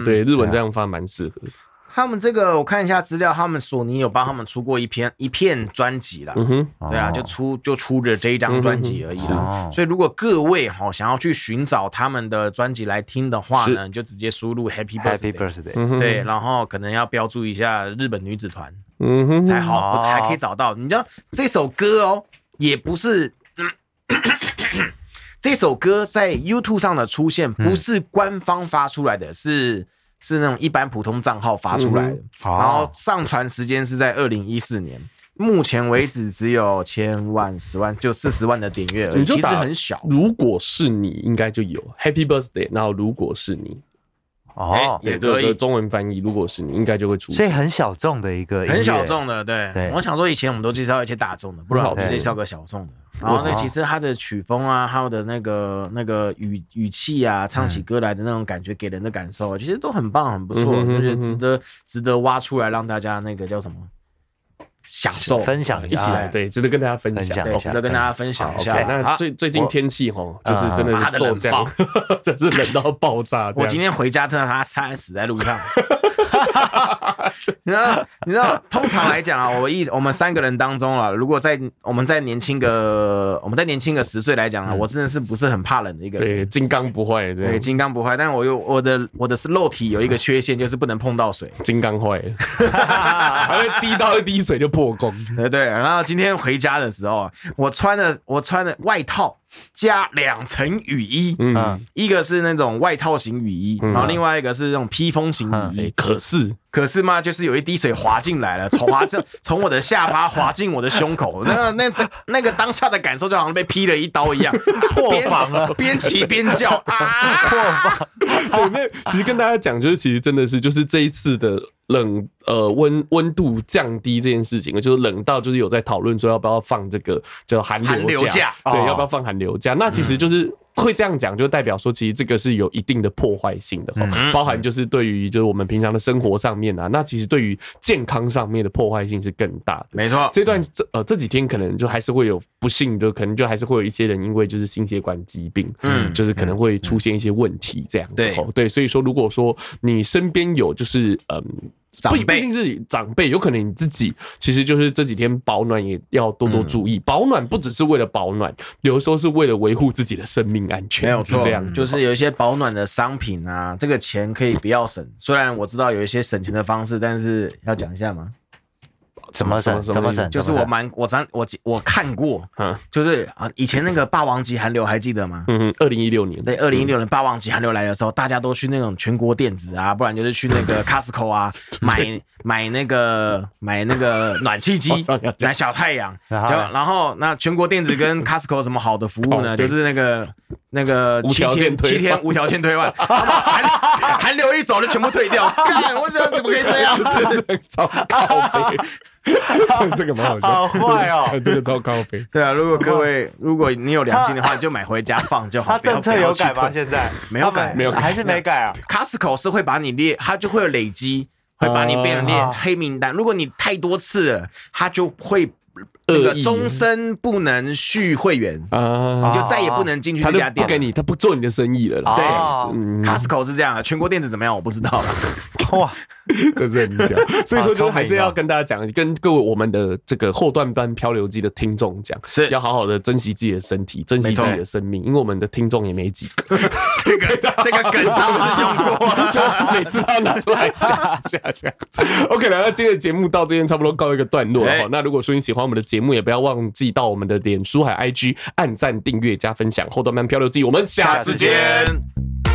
[SPEAKER 2] 嗯
[SPEAKER 1] 对，日文这样发蛮适合的。
[SPEAKER 2] 他们这个我看一下资料，他们索尼有帮他们出过一篇一片专辑啦。
[SPEAKER 1] 嗯哼，
[SPEAKER 2] 对啊，
[SPEAKER 3] 哦
[SPEAKER 2] 就出就出着这一张专辑而已啦。
[SPEAKER 3] 嗯
[SPEAKER 1] 哦
[SPEAKER 3] 是
[SPEAKER 2] 所以如果各位哈、想要去寻找他们的专辑来听的话呢，你就直接输入 Happy Birthday。
[SPEAKER 3] Happy Birthday，
[SPEAKER 1] 嗯哼，
[SPEAKER 2] 对，，然后可能要标注一下日本女子团
[SPEAKER 1] 嗯哼，
[SPEAKER 2] 才好，
[SPEAKER 3] 哦
[SPEAKER 2] 还可以找到。你知道这首歌哦，也不是， [CLEARS THROAT] 嗯这首歌在 YouTube 上的出现不是官方发出来的，是是那种一般普通账号发出来的。
[SPEAKER 1] 嗯
[SPEAKER 3] 哦
[SPEAKER 2] 然后上传时间是在二零一四年，目前为止只有千万、十万，就四十万的点阅而已，
[SPEAKER 1] 你就
[SPEAKER 2] 其实
[SPEAKER 1] 打
[SPEAKER 2] 很小。
[SPEAKER 1] 如果是你，应该就有 Happy Birthday。然后如果是你，
[SPEAKER 3] 哦，
[SPEAKER 1] 对
[SPEAKER 2] 也
[SPEAKER 1] 这
[SPEAKER 2] 可以
[SPEAKER 1] 个中文翻译，如果是你，应该就会出
[SPEAKER 3] 所以
[SPEAKER 1] 现。
[SPEAKER 3] 很小众的一个，
[SPEAKER 2] 很小，众的，对。
[SPEAKER 3] 对
[SPEAKER 2] 我想说，以前我们都介绍一些大众的，不然我们
[SPEAKER 3] 对
[SPEAKER 2] 介绍个小
[SPEAKER 1] 嗯
[SPEAKER 2] 众的。然后呢，
[SPEAKER 3] 我操
[SPEAKER 2] 其实他的曲风啊，还有的那个那个语语气啊，唱起歌来的那种感觉，给人的感受，啊其实都很棒，很不错，
[SPEAKER 1] 嗯哼
[SPEAKER 2] 就是
[SPEAKER 1] 嗯哼
[SPEAKER 2] 值得值得挖出来让大家那个叫什么享受
[SPEAKER 3] 分享
[SPEAKER 1] 一起
[SPEAKER 2] 哎
[SPEAKER 1] 来，啊对，值得跟大家分享。
[SPEAKER 3] 分享
[SPEAKER 2] 对，值得跟大家分享一下。
[SPEAKER 1] OK，那
[SPEAKER 2] 啊
[SPEAKER 1] 最最近
[SPEAKER 3] 我
[SPEAKER 1] 天气吼，就是真的
[SPEAKER 2] 啊
[SPEAKER 1] [LAUGHS] 是骤降，真是冷到爆炸这样。 [LAUGHS]
[SPEAKER 2] 我今天回家真的他差点死在路上。你知道，你知道，通常来讲啊，我一我们三个人当中啊，如果在我们再年轻个，我们再年轻个十岁来讲啊，我真的是不是很怕冷的一个
[SPEAKER 1] 嗯
[SPEAKER 2] 人。
[SPEAKER 1] 对，金刚不坏，
[SPEAKER 2] 对，
[SPEAKER 1] 对，
[SPEAKER 2] 金刚不坏，但我有我的我的是肉体有一个缺陷，就是不能
[SPEAKER 1] [LAUGHS]
[SPEAKER 2] 碰到水。
[SPEAKER 1] 金刚坏，还会滴到一滴水就破功。
[SPEAKER 2] 对对，然后今天回家的时候啊，我穿了我穿了外套加两层雨衣，
[SPEAKER 1] 嗯，
[SPEAKER 3] 嗯
[SPEAKER 2] 一个是那种外套型雨衣，
[SPEAKER 1] 嗯
[SPEAKER 2] 然后另外一个是那种披风型雨
[SPEAKER 1] 哎
[SPEAKER 2] 衣。
[SPEAKER 1] 可是
[SPEAKER 2] 可是嘛，就是有一滴水滑进来了，从滑进 [LAUGHS] 从我的下巴滑进我的胸口，那那那个当下的感受就好像被劈了一刀一样， [LAUGHS] 破
[SPEAKER 3] 防了，
[SPEAKER 2] 边骑边叫 [LAUGHS] 啊！
[SPEAKER 1] 对，哎那其实跟大家讲，就是其实真的是，就是这一次的冷呃温温度降低这件事情，就是冷到就是有在讨论说要不要放这个叫寒
[SPEAKER 2] 寒流
[SPEAKER 1] 流
[SPEAKER 2] 假
[SPEAKER 1] 假，对，
[SPEAKER 3] 哦
[SPEAKER 1] 要不要放寒流假？那其实就是。会这样讲，就代表说，其实这个是有一定的破坏性的哦，包含就是对于就是我们平常的生活上面啊，那其实对于健康上面的破坏性是更大的。
[SPEAKER 2] 没错，
[SPEAKER 1] 这段这呃这几天可能就还是会有不幸，就可能就还是会有一些人因为就是心血管疾病，
[SPEAKER 2] 嗯
[SPEAKER 1] 嗯，就是可能会出现一些问题这样子
[SPEAKER 2] 对
[SPEAKER 1] 哦。对，所以说如果说你身边有就是嗯。
[SPEAKER 2] 长
[SPEAKER 1] 不不一
[SPEAKER 2] 辈
[SPEAKER 1] 定是长辈，有可能你自己，其实就是这几天保暖也要多多注
[SPEAKER 2] 嗯
[SPEAKER 1] 意。保暖不只是为了保暖，有的时候是为了维护自己的生命安全，
[SPEAKER 2] 没有
[SPEAKER 1] 是
[SPEAKER 2] 错，
[SPEAKER 1] 这样子。
[SPEAKER 2] 就是有一些保暖的商品啊，这个钱可以不要省。虽然我知道有一些省钱的方式，但是要讲一下吗？
[SPEAKER 3] 怎么省？
[SPEAKER 1] 什么
[SPEAKER 3] 怎么省？
[SPEAKER 2] 就是
[SPEAKER 3] 怎么
[SPEAKER 2] 我
[SPEAKER 3] 省
[SPEAKER 2] 蛮我常我我看过，
[SPEAKER 1] 嗯
[SPEAKER 2] 就是啊以前那个霸王级寒流还记得吗？
[SPEAKER 1] 嗯，二零一六年，
[SPEAKER 2] 对，二零一六年霸王级寒流来的时候，大家都去那种全国电子啊，不然就是去那个 Costco 啊，买买那个买那个暖气
[SPEAKER 1] 我
[SPEAKER 2] 机
[SPEAKER 1] 知道你要，讲
[SPEAKER 2] 买小太阳。就
[SPEAKER 3] 然后呢
[SPEAKER 2] 然后那全国电子跟 Costco 有什么好的服务呢？
[SPEAKER 1] 靠背
[SPEAKER 2] 就是那个那个
[SPEAKER 1] 无
[SPEAKER 2] 七
[SPEAKER 1] 条
[SPEAKER 2] 天
[SPEAKER 1] 件退
[SPEAKER 2] 七天
[SPEAKER 1] 换
[SPEAKER 2] 无条件退换，他妈寒寒流一走就全部退掉。 [LAUGHS] 干，我觉得怎么可以这样子？
[SPEAKER 1] [LAUGHS] 这个超高飞，
[SPEAKER 2] [LAUGHS]
[SPEAKER 1] 这这个蛮好笑，
[SPEAKER 3] 好坏哦
[SPEAKER 1] [LAUGHS] 这个超高飞。
[SPEAKER 2] 对啊，如果各位如果你有良心的话，你就买回家放就好。
[SPEAKER 3] 他
[SPEAKER 2] 不要
[SPEAKER 3] 政策有改？
[SPEAKER 2] 不要
[SPEAKER 3] 吗？
[SPEAKER 2] 去退
[SPEAKER 3] 现在
[SPEAKER 2] 没有改
[SPEAKER 3] 他们
[SPEAKER 1] 没有改
[SPEAKER 3] 还是没改啊？
[SPEAKER 2] Costco 是会把你列，它就会有累积，会把你变列
[SPEAKER 1] 啊
[SPEAKER 3] 哦
[SPEAKER 2] 黑名单。如果你太多次了，它就会
[SPEAKER 1] 恶
[SPEAKER 2] 那
[SPEAKER 1] 意
[SPEAKER 2] 个终身不能续会员，
[SPEAKER 1] 啊
[SPEAKER 2] 你就再也不能进去
[SPEAKER 1] 他
[SPEAKER 2] 这
[SPEAKER 1] 就
[SPEAKER 2] 家
[SPEAKER 1] 啊不
[SPEAKER 2] 店啊
[SPEAKER 1] 给
[SPEAKER 2] 了。
[SPEAKER 1] 你，他不做你的生意了啦。
[SPEAKER 2] 对
[SPEAKER 3] 哦
[SPEAKER 1] [LAUGHS] 嗯，
[SPEAKER 2] Costco 是这样的，啊全国电子怎么样我不知道了。
[SPEAKER 3] 哇，
[SPEAKER 1] 这是很屌。
[SPEAKER 2] [LAUGHS]
[SPEAKER 1] 所以说，就还是
[SPEAKER 3] 啊超美
[SPEAKER 1] 要
[SPEAKER 3] 的
[SPEAKER 1] 跟大家讲，跟各位我们的这个后段班漂流记的听众讲，
[SPEAKER 2] 是
[SPEAKER 1] 要好好的珍惜自己的身体，珍惜自己的生命，因为我们的听众也没几个，
[SPEAKER 2] 这个这个梗上次用过
[SPEAKER 1] [LAUGHS]
[SPEAKER 2] 了。
[SPEAKER 1] 就每次都要拿出来讲一下这样子。OK，那 [LAUGHS] 今天的节目到这边差不多告一个段落了
[SPEAKER 2] 哎
[SPEAKER 1] 哈。那如果说你喜欢我们的节目，也不要忘记到我们的脸书还有 IG 按赞、订阅、加分享。后段班漂流记，我们下
[SPEAKER 2] 下
[SPEAKER 1] 次
[SPEAKER 2] 次
[SPEAKER 1] 见。
[SPEAKER 2] 见。